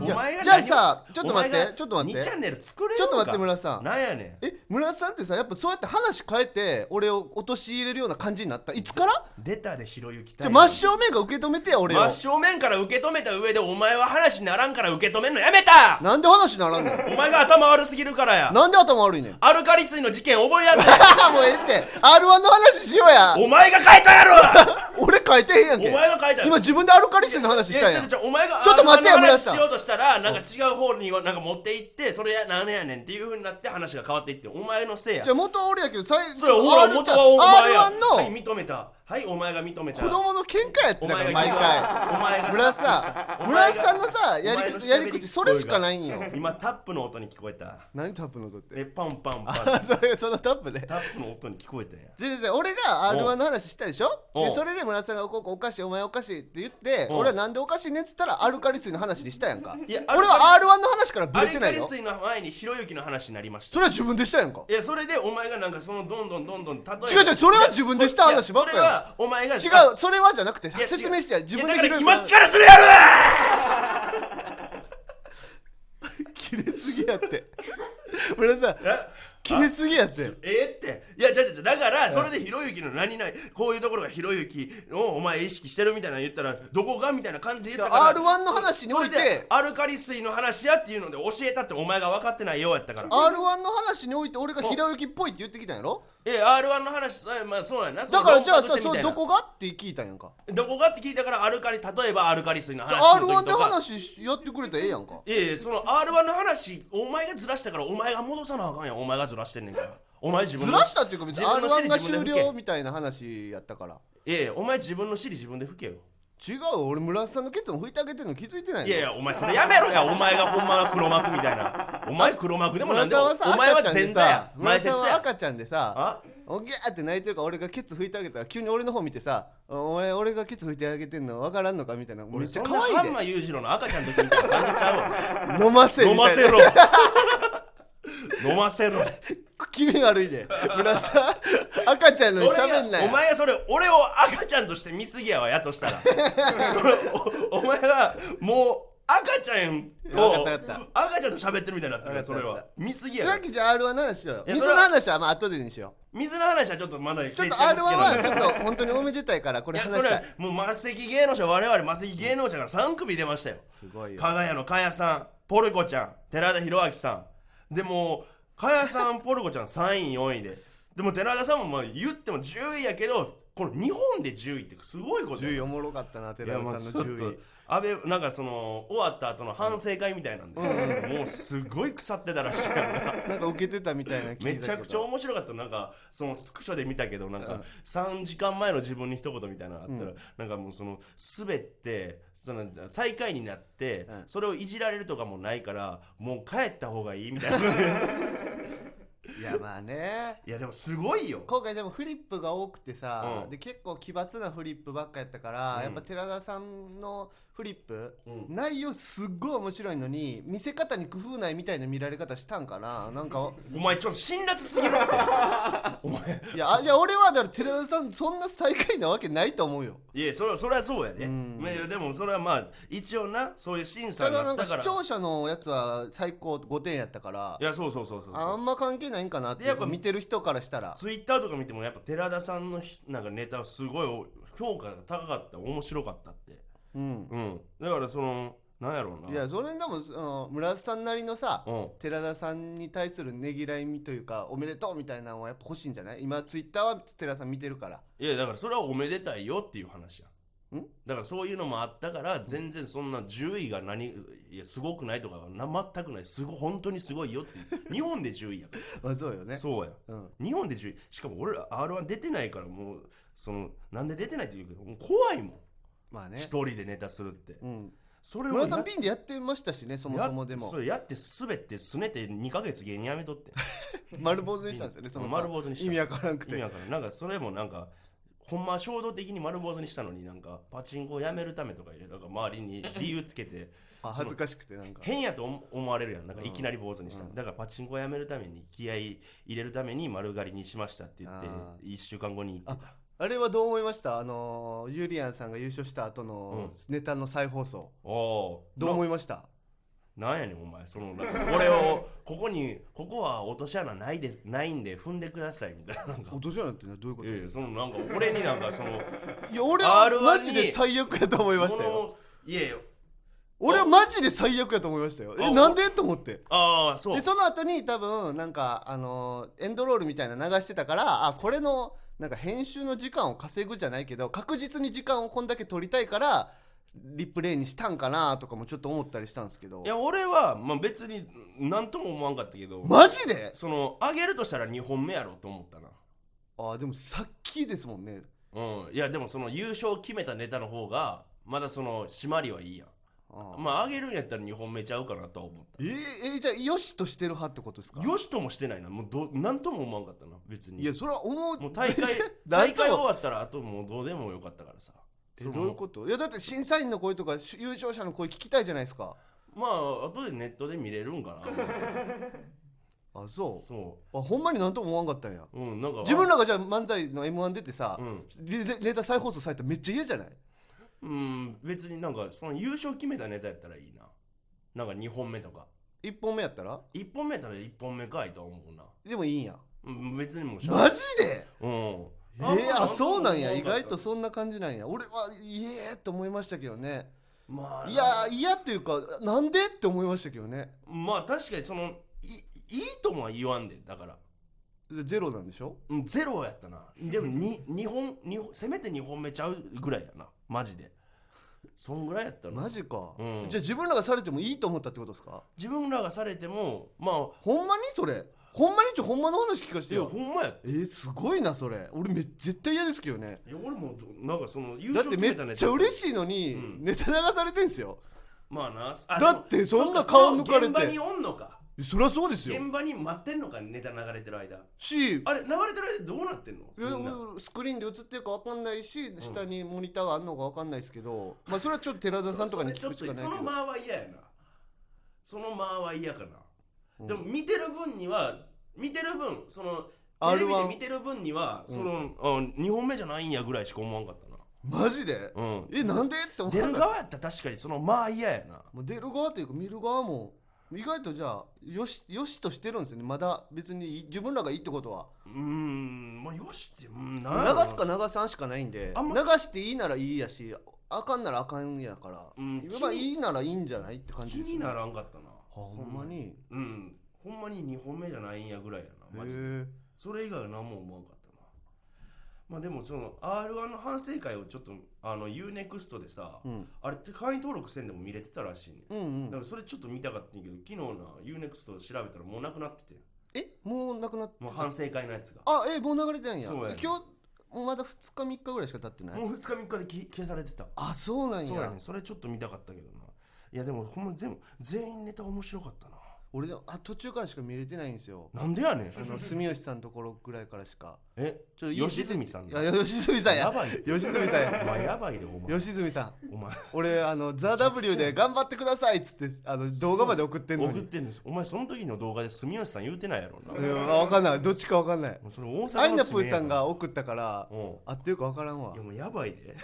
[SPEAKER 1] お
[SPEAKER 2] いや
[SPEAKER 1] 前が
[SPEAKER 2] じゃあ
[SPEAKER 1] 何を
[SPEAKER 2] さちょっと待って
[SPEAKER 1] お前が
[SPEAKER 2] ちょっと待って
[SPEAKER 1] 二チャンネル作れる
[SPEAKER 2] ちょっと待って村さん
[SPEAKER 1] なんやね
[SPEAKER 2] え村井さんってさやっぱそうやって話変えて俺を陥れるような感じになったいつから
[SPEAKER 1] ん出たでひろゆき
[SPEAKER 2] じゃあ真正面が受け止めてよ俺を
[SPEAKER 1] 真正面から受け止めた上でお前は話にならんから受け止めんのやめた
[SPEAKER 2] なんで話ならんね
[SPEAKER 1] お
[SPEAKER 2] ん
[SPEAKER 1] 前が頭悪すぎるからや
[SPEAKER 2] なんで頭悪いねん も
[SPEAKER 1] アルカリ水の事件覚えやすい
[SPEAKER 2] うええって r 1の話しようや
[SPEAKER 1] お前が書いたやろ
[SPEAKER 2] 俺書いてへんやんけ
[SPEAKER 1] お前が書いたやろ
[SPEAKER 2] 今自分でアルカリ水の話
[SPEAKER 1] い
[SPEAKER 2] した
[SPEAKER 1] や
[SPEAKER 2] や
[SPEAKER 1] ち
[SPEAKER 2] ん
[SPEAKER 1] ょちょお前が
[SPEAKER 2] ちょっと待ってよ
[SPEAKER 1] あの
[SPEAKER 2] 村
[SPEAKER 1] 話
[SPEAKER 2] 瀬さん
[SPEAKER 1] しようとしたらなんか違う方にはなんか持って行ってそれやなんやねんっていう風になって話が変わっていってお前のせいや
[SPEAKER 2] じゃあ元は俺やけど最
[SPEAKER 1] それお前元はお前や
[SPEAKER 2] R1 の
[SPEAKER 1] はい認めたはいお前が認めた
[SPEAKER 2] 子供の喧嘩やって
[SPEAKER 1] お
[SPEAKER 2] たか
[SPEAKER 1] 前が
[SPEAKER 2] ら毎回
[SPEAKER 1] お前が
[SPEAKER 2] 村さん村さんのさやり口やり口それしかないんよ
[SPEAKER 1] 今タップの音に聞こえた
[SPEAKER 2] 何タップの音って
[SPEAKER 1] えパンパンパン
[SPEAKER 2] それそのタップで
[SPEAKER 1] タップの音に聞こえたんや
[SPEAKER 2] じゃあじゃあ俺が r
[SPEAKER 1] お
[SPEAKER 2] 1
[SPEAKER 1] う
[SPEAKER 2] の話したでしょ
[SPEAKER 1] おう
[SPEAKER 2] でそれで村さんがこうこうおかしいお前おかしいって言って
[SPEAKER 1] おう
[SPEAKER 2] 俺はなんでおかしいねっつったらアルカリ水の話にしたやんか
[SPEAKER 1] いや
[SPEAKER 2] 俺は r 1の話からブ
[SPEAKER 1] ア
[SPEAKER 2] レ
[SPEAKER 1] ル
[SPEAKER 2] て
[SPEAKER 1] カ
[SPEAKER 2] ない
[SPEAKER 1] リ
[SPEAKER 2] よ
[SPEAKER 1] 水の前にひろゆきの話になりました
[SPEAKER 2] それは自分でしたやんか
[SPEAKER 1] いやそれでお前がなんかそのどんどんどんどん例えば
[SPEAKER 2] 違う違うそれは自分でした話ばっか
[SPEAKER 1] いや
[SPEAKER 2] やん
[SPEAKER 1] それはお前が
[SPEAKER 2] 違うそれはじゃなくて説明してや自分で
[SPEAKER 1] いやだから
[SPEAKER 2] 広い
[SPEAKER 1] 今からするやろ
[SPEAKER 2] 切れすぎやって村さん
[SPEAKER 1] え
[SPEAKER 2] 切れすぎやって
[SPEAKER 1] ええっていやじゃじゃだからそれでひろゆきの何々こういうところがひろゆきをお前意識してるみたいなの言ったらどこがみたいな感じで言ったから
[SPEAKER 2] r 1の話に
[SPEAKER 1] そ
[SPEAKER 2] お
[SPEAKER 1] れ
[SPEAKER 2] い
[SPEAKER 1] で
[SPEAKER 2] て
[SPEAKER 1] アルカリ水の話やっていうので教えたってお前が分かってないようやったから
[SPEAKER 2] r 1の話において俺が平泳ぎっぽいって言ってきたんやろ
[SPEAKER 1] え R1 の話さまあそうやな
[SPEAKER 2] だからじゃあさ
[SPEAKER 1] その
[SPEAKER 2] そ
[SPEAKER 1] 論
[SPEAKER 2] れ
[SPEAKER 1] 破としてみ
[SPEAKER 2] どこがって聞いたんやんか
[SPEAKER 1] たいなどこがって聞いたからアルカリ例えばアルカリ水の
[SPEAKER 2] じ
[SPEAKER 1] 話
[SPEAKER 2] ゃあ r
[SPEAKER 1] の
[SPEAKER 2] 1
[SPEAKER 1] 時
[SPEAKER 2] で
[SPEAKER 1] とか
[SPEAKER 2] 話やってくれたらええやんか
[SPEAKER 1] いやいやその R1 の話お前がずらしたからお前が戻さなあかんやんお前がずらしてんねんからお前自分
[SPEAKER 2] ず
[SPEAKER 1] の
[SPEAKER 2] らしたっていうか別に
[SPEAKER 1] 自
[SPEAKER 2] r
[SPEAKER 1] 分の尻
[SPEAKER 2] 1が
[SPEAKER 1] 自分
[SPEAKER 2] 終
[SPEAKER 1] で拭
[SPEAKER 2] 了みたいな話やったから
[SPEAKER 1] けいやいやお前自分の尻自分で拭けよ
[SPEAKER 2] 違う俺村瀬さんのケツも拭いてあげてんの気づいてないの
[SPEAKER 1] いやいやお前それやめろや お前がほんまは黒幕みたいなお前黒幕でもなん
[SPEAKER 2] 村瀬
[SPEAKER 1] で
[SPEAKER 2] さん
[SPEAKER 1] も
[SPEAKER 2] はさ
[SPEAKER 1] お前は
[SPEAKER 2] 赤ちゃん
[SPEAKER 1] 前
[SPEAKER 2] で
[SPEAKER 1] 座や
[SPEAKER 2] さ
[SPEAKER 1] 前
[SPEAKER 2] 村瀬
[SPEAKER 1] 説
[SPEAKER 2] さんは
[SPEAKER 1] や
[SPEAKER 2] 赤ちゃんでさ
[SPEAKER 1] あ
[SPEAKER 2] おぎゃーって泣いてるから俺がケツ拭いてあげたら急に俺の方見てさお前俺がケツ拭いてあげてんの分からんのかみたいなめっちゃ可
[SPEAKER 1] そんな
[SPEAKER 2] 愛
[SPEAKER 1] ハ
[SPEAKER 2] い
[SPEAKER 1] ンマ裕次郎の赤ちゃんの時みたいな感じちゃう わ
[SPEAKER 2] で飲ませみた
[SPEAKER 1] 飲
[SPEAKER 2] いな
[SPEAKER 1] ませろ 飲ませろ
[SPEAKER 2] 気味悪いで村さん赤ちゃん
[SPEAKER 1] そ
[SPEAKER 2] の
[SPEAKER 1] れ
[SPEAKER 2] に
[SPEAKER 1] が
[SPEAKER 2] 喋んない
[SPEAKER 1] お前がそれ俺を赤ちゃんとして見すぎやわやとした らそれおお前がもう赤ちゃん
[SPEAKER 2] わか
[SPEAKER 1] と
[SPEAKER 2] ったわかっ
[SPEAKER 1] 赤ちゃんと喋ってるみたいになってるから
[SPEAKER 2] わか
[SPEAKER 1] そ
[SPEAKER 2] った
[SPEAKER 1] れ
[SPEAKER 2] わか
[SPEAKER 1] は
[SPEAKER 2] っ
[SPEAKER 1] 見すぎや
[SPEAKER 2] さっ
[SPEAKER 1] わ
[SPEAKER 2] きじゃあ R1 の話しようよ
[SPEAKER 1] いや
[SPEAKER 2] 水
[SPEAKER 1] そ
[SPEAKER 2] の
[SPEAKER 1] れは
[SPEAKER 2] 話はまあ後でにしよ
[SPEAKER 1] 水の話はちょっとまだちょっ
[SPEAKER 2] うちょっと R1 はちょっと本当におめでたいからこ
[SPEAKER 1] い
[SPEAKER 2] れ
[SPEAKER 1] や
[SPEAKER 2] 話
[SPEAKER 1] そ
[SPEAKER 2] した
[SPEAKER 1] れ
[SPEAKER 2] い
[SPEAKER 1] もうマセキ芸能者我々マセキ芸能者から3組出ましたよ
[SPEAKER 2] すごいよ
[SPEAKER 1] 加賀屋の加谷さんポルコちゃん寺田博明さんでもう加谷さん ポルコちゃん3位4位ででも寺田さんもまあ言っても10位やけどこの日本で10位ってすごいことよ
[SPEAKER 2] 10位おもろかったな寺
[SPEAKER 1] いや
[SPEAKER 2] 田
[SPEAKER 1] ま
[SPEAKER 2] さ
[SPEAKER 1] あ
[SPEAKER 2] ん
[SPEAKER 1] ちょ
[SPEAKER 2] の
[SPEAKER 1] っと
[SPEAKER 2] 10位
[SPEAKER 1] 安倍なんかその終わった後の反省会みたいなんですけどもうすごい腐ってたらしいやんか
[SPEAKER 2] なんか受けてたみたいな聞いたけど
[SPEAKER 1] めちゃくちゃ面白かったなんかそのスクショで見たけどなん
[SPEAKER 2] うん
[SPEAKER 1] か3時間前の自分に一言みたいなのあったら、なんかもうその滑ってその最下位になって、
[SPEAKER 2] うん
[SPEAKER 1] それをいじられるとかもないからもう帰った方がいいみたい な
[SPEAKER 2] いやまあね
[SPEAKER 1] いやでもすごいよ
[SPEAKER 2] 今回でもフリップが多くてさ、
[SPEAKER 1] うん
[SPEAKER 2] で結構奇抜なフリップばっかやったから、
[SPEAKER 1] うん
[SPEAKER 2] やっぱ寺田さんのフリップ、
[SPEAKER 1] うん
[SPEAKER 2] 内容すっごい面白いのに見せ方に工夫ないみたいな見られ方したんかななんか
[SPEAKER 1] お前ちょっと辛辣すぎるって お前
[SPEAKER 2] いやあいや俺はだから寺田さんそんな最下位なわけないと思うよ
[SPEAKER 1] いやそれはそれはそうやで、
[SPEAKER 2] うん
[SPEAKER 1] いやでもそれはまあ一応なそういう審査
[SPEAKER 2] ただ
[SPEAKER 1] が
[SPEAKER 2] な
[SPEAKER 1] あ
[SPEAKER 2] ん
[SPEAKER 1] っ
[SPEAKER 2] か
[SPEAKER 1] たか
[SPEAKER 2] 視
[SPEAKER 1] ら
[SPEAKER 2] 聴者のやつは最高5点やったから
[SPEAKER 1] いやそうそうそうそうそう
[SPEAKER 2] あんま関係ないんかなって
[SPEAKER 1] でやっぱ
[SPEAKER 2] 見てる人からしたら
[SPEAKER 1] ツイッターとか見てもやっぱ寺田さんのひなんかネタすごい評価が高かった面白かったって
[SPEAKER 2] うん
[SPEAKER 1] うんだからそのなんやろうない
[SPEAKER 2] やそれでもその村瀬さんなりのさ
[SPEAKER 1] うん
[SPEAKER 2] 寺田さんに対するねぎらいみというかおめでとうみたいなのはやっぱ欲しいんじゃない今ツイッターは寺田さん見てるから
[SPEAKER 1] いやだからそれはおめでたいよっていう話や
[SPEAKER 2] ん
[SPEAKER 1] だからそういうのもあったから全然そんな10位が何いやすごくないとかがな全くないすごい本当にすごいよっていう 日本で10位やか
[SPEAKER 2] まあそうよ
[SPEAKER 1] ら
[SPEAKER 2] ね
[SPEAKER 1] そうや
[SPEAKER 2] うん
[SPEAKER 1] 日本で10位しかも俺ら r 1出てないからもうそのなんで出てないって言うけどもう怖いもん
[SPEAKER 2] まあ
[SPEAKER 1] 一
[SPEAKER 2] ね
[SPEAKER 1] 人でネタするって
[SPEAKER 2] うん
[SPEAKER 1] それを
[SPEAKER 2] 村
[SPEAKER 1] や
[SPEAKER 2] さんピンでやってましたしねそもそもで
[SPEAKER 1] やっ
[SPEAKER 2] も
[SPEAKER 1] それやって滑ってすねて2ヶ月芸人やめとって
[SPEAKER 2] 丸坊主にしたんですよねその
[SPEAKER 1] 丸坊主にした
[SPEAKER 2] 意味わからんく
[SPEAKER 1] 意味
[SPEAKER 2] て
[SPEAKER 1] わからんなんかそれもなんかほんまは衝動的に丸坊主にしたのになんかパチンコをやめるためとかいうなんか周りに理由つけて
[SPEAKER 2] あ恥ずかしくてなんか
[SPEAKER 1] 変やと思思われるやんなんかいきなり坊主にしたの、だからパチンコをやめるために気合い入れるために丸刈りにしましたって言って
[SPEAKER 2] あ
[SPEAKER 1] 1週間後に言ってた
[SPEAKER 2] あれはどう思いましたあのーゆりやんさんが優勝した後のネタの再放送、
[SPEAKER 1] おお
[SPEAKER 2] どう思いました
[SPEAKER 1] なんやねんお前そのなんか俺をここにここは落とし穴ないでないんで踏んでくださいみたいな なんか
[SPEAKER 2] 落とし穴ってねどういうこ
[SPEAKER 1] いやいやそのなんか俺になんか その
[SPEAKER 2] といや俺は
[SPEAKER 1] R1
[SPEAKER 2] マジで最悪やと思いましたよ
[SPEAKER 1] このいやいや
[SPEAKER 2] 俺はマジで最悪やと思いましたよ
[SPEAKER 1] あ
[SPEAKER 2] えなんでと思って
[SPEAKER 1] ああそう
[SPEAKER 2] でその後に多分なんかあのーエンドロールみたいな流してたからあこれのなんか編集の時間を稼ぐじゃないけど確実に時間をこんだけ取りたいからリプレイにしたんかなとかもちょっと思ったりしたんですけど
[SPEAKER 1] いや俺は、まあ、別に何とも思わんかったけど、
[SPEAKER 2] マジで
[SPEAKER 1] その上げるとしたら2本目やろと思ったな
[SPEAKER 2] あでもさっきですもんね
[SPEAKER 1] うんいやでもその優勝決めたネタの方がまだその締まりはいいやん
[SPEAKER 2] あ
[SPEAKER 1] まあ上げるんやったら2本目ちゃうかなとは思っ
[SPEAKER 2] えーえーじゃあよしとしてる派ってことですか
[SPEAKER 1] たよしともしてないなもうど何とも思わんかったな別に
[SPEAKER 2] いやそれは思う
[SPEAKER 1] もう大会
[SPEAKER 2] 大
[SPEAKER 1] 大会
[SPEAKER 2] 会
[SPEAKER 1] 終
[SPEAKER 2] を
[SPEAKER 1] わったらあともうどうでもよかったからさ
[SPEAKER 2] え
[SPEAKER 1] その
[SPEAKER 2] どういうこといやだって審査員の声とかし優勝者の声聞きたいじゃないですか
[SPEAKER 1] まあ後でネットで見れるんかな
[SPEAKER 2] あ そ
[SPEAKER 1] そう
[SPEAKER 2] あほんまになんとも思わんかったんや
[SPEAKER 1] ううんなんか
[SPEAKER 2] 自分らがじゃあ漫才の m 1出てさ、
[SPEAKER 1] うん
[SPEAKER 2] レレター再放送されたらめっちゃ嫌じゃない
[SPEAKER 1] うん別になんかその優勝決めたネタやったらいいななんか2本目とか
[SPEAKER 2] 1本目やったら
[SPEAKER 1] 1本目やったら1本目かいとは思うな
[SPEAKER 2] でもいいんや
[SPEAKER 1] うん別にもうしゃ
[SPEAKER 2] マジで
[SPEAKER 1] うん
[SPEAKER 2] えー、あそうなんや
[SPEAKER 1] 思
[SPEAKER 2] 意
[SPEAKER 1] かった
[SPEAKER 2] 外とそんな感じなんや俺はいえーと思いましたけどね
[SPEAKER 1] まあ
[SPEAKER 2] いやー嫌っていうかなんでって思いましたけどね
[SPEAKER 1] まあ確かにそのいいいともは言わんでだから
[SPEAKER 2] ゼロなんでしょ
[SPEAKER 1] うんゼロやったなでもに二本二本せめて2本目ちゃうぐらいやなマジでそんぐらいやったな
[SPEAKER 2] マジか、
[SPEAKER 1] うん
[SPEAKER 2] じゃあ自分らがされてもいいと思ったってことですか
[SPEAKER 1] 自分らがされてもまあ
[SPEAKER 2] ほんまにそれほんまにちょほんまの話聞かせ
[SPEAKER 1] い
[SPEAKER 2] て
[SPEAKER 1] や
[SPEAKER 2] よ
[SPEAKER 1] ほんまやって
[SPEAKER 2] えー、すごいなそれ俺め絶対嫌ですけどね
[SPEAKER 1] いや俺もどなんかその優
[SPEAKER 2] だっ
[SPEAKER 1] 勝
[SPEAKER 2] て
[SPEAKER 1] 決
[SPEAKER 2] め
[SPEAKER 1] めたネタ
[SPEAKER 2] っちゃ嬉しいのに、
[SPEAKER 1] ん
[SPEAKER 2] ネタ流されてんすよ
[SPEAKER 1] まあなあ
[SPEAKER 2] だって
[SPEAKER 1] でも
[SPEAKER 2] そんな
[SPEAKER 1] っか
[SPEAKER 2] 顔抜かれて
[SPEAKER 1] 現場におんのか
[SPEAKER 2] えそりゃそうですよ
[SPEAKER 1] 現場に待ってんのかネタ流れてる間
[SPEAKER 2] し
[SPEAKER 1] あれ流れてる間どうなってんの
[SPEAKER 2] いや
[SPEAKER 1] みんな
[SPEAKER 2] うスクリーンで映ってるか分かんないし下にモニターがあるのか分かんないですけど、まあそれはちょっと寺田さんとかに聞くしかないけ
[SPEAKER 1] そ
[SPEAKER 2] ど
[SPEAKER 1] れちょっとその間は嫌やなその間は嫌かな、でも見てる分には見てる分そのテレビで
[SPEAKER 2] R1
[SPEAKER 1] 見てる分にはその、あ2本目じゃないんやぐらいしか思わんかったな
[SPEAKER 2] マジで、
[SPEAKER 1] うん
[SPEAKER 2] えなんでって思った
[SPEAKER 1] 出る側やったら確かにその間は嫌やな
[SPEAKER 2] もう出る側というか見る側も意外とじゃあよしよしとしてるんですよねまだ別にい自分らがいいってことは
[SPEAKER 1] うーんまあよしってうんなんやろな
[SPEAKER 2] 流すか流さんしかないんで
[SPEAKER 1] あんま
[SPEAKER 2] 流していいならいいやしあかんならあかんやから、
[SPEAKER 1] うん
[SPEAKER 2] 今まあ
[SPEAKER 1] 気に
[SPEAKER 2] いいならいいんじゃないって感じ
[SPEAKER 1] 気
[SPEAKER 2] です
[SPEAKER 1] に
[SPEAKER 2] よね
[SPEAKER 1] ならんかったな
[SPEAKER 2] ほんまに
[SPEAKER 1] うんほんまに2本目じゃないんやぐらいやなマジで
[SPEAKER 2] へえ
[SPEAKER 1] それ以外は何も思わんかったなまあでもその R1 の反省会をちょっとあの UNEXT でさ、
[SPEAKER 2] うん
[SPEAKER 1] あれって会員登録せんでも見れてたらしいね、
[SPEAKER 2] うんうん
[SPEAKER 1] だからそれちょっと見たかったんやけど昨日な UNEXT 調べたらもうなくなってて
[SPEAKER 2] えもうなくなって
[SPEAKER 1] もう反省会のやつが
[SPEAKER 2] あえもう流れてないんや
[SPEAKER 1] そうやね
[SPEAKER 2] 今日もうまだ2日3日ぐらいしか経ってない、
[SPEAKER 1] もう2日3日でき消されてた
[SPEAKER 2] あそうなんや
[SPEAKER 1] そうやねそれちょっと見たかったけどないやでもほんま全部全員ネタ面白かったな
[SPEAKER 2] 俺でもあ途中からしか見れてないんですよ
[SPEAKER 1] なんでやねん
[SPEAKER 2] あの住吉さんのところぐらいからしか
[SPEAKER 1] え
[SPEAKER 2] ちょいい
[SPEAKER 1] 吉住さん
[SPEAKER 2] い
[SPEAKER 1] だ
[SPEAKER 2] や吉住さんや
[SPEAKER 1] やばい
[SPEAKER 2] 吉住さん
[SPEAKER 1] お
[SPEAKER 2] や
[SPEAKER 1] 前やばいでお前
[SPEAKER 2] 吉住さん
[SPEAKER 1] お前
[SPEAKER 2] 俺あの「ザ・ w で頑張ってくださいっつってあの動画まで送ってんの
[SPEAKER 1] 送っ
[SPEAKER 2] に
[SPEAKER 1] てんですお前その時の動画で住吉さん言うてないやろな
[SPEAKER 2] 分かんないどっちか分かんない
[SPEAKER 1] もうそれ大
[SPEAKER 2] ア
[SPEAKER 1] 阪
[SPEAKER 2] イ
[SPEAKER 1] の
[SPEAKER 2] ナ
[SPEAKER 1] 地
[SPEAKER 2] プ
[SPEAKER 1] 名
[SPEAKER 2] ー
[SPEAKER 1] や
[SPEAKER 2] さん
[SPEAKER 1] から
[SPEAKER 2] が送ったから
[SPEAKER 1] うん
[SPEAKER 2] 合ってるか分からんわ
[SPEAKER 1] いやもうやばいで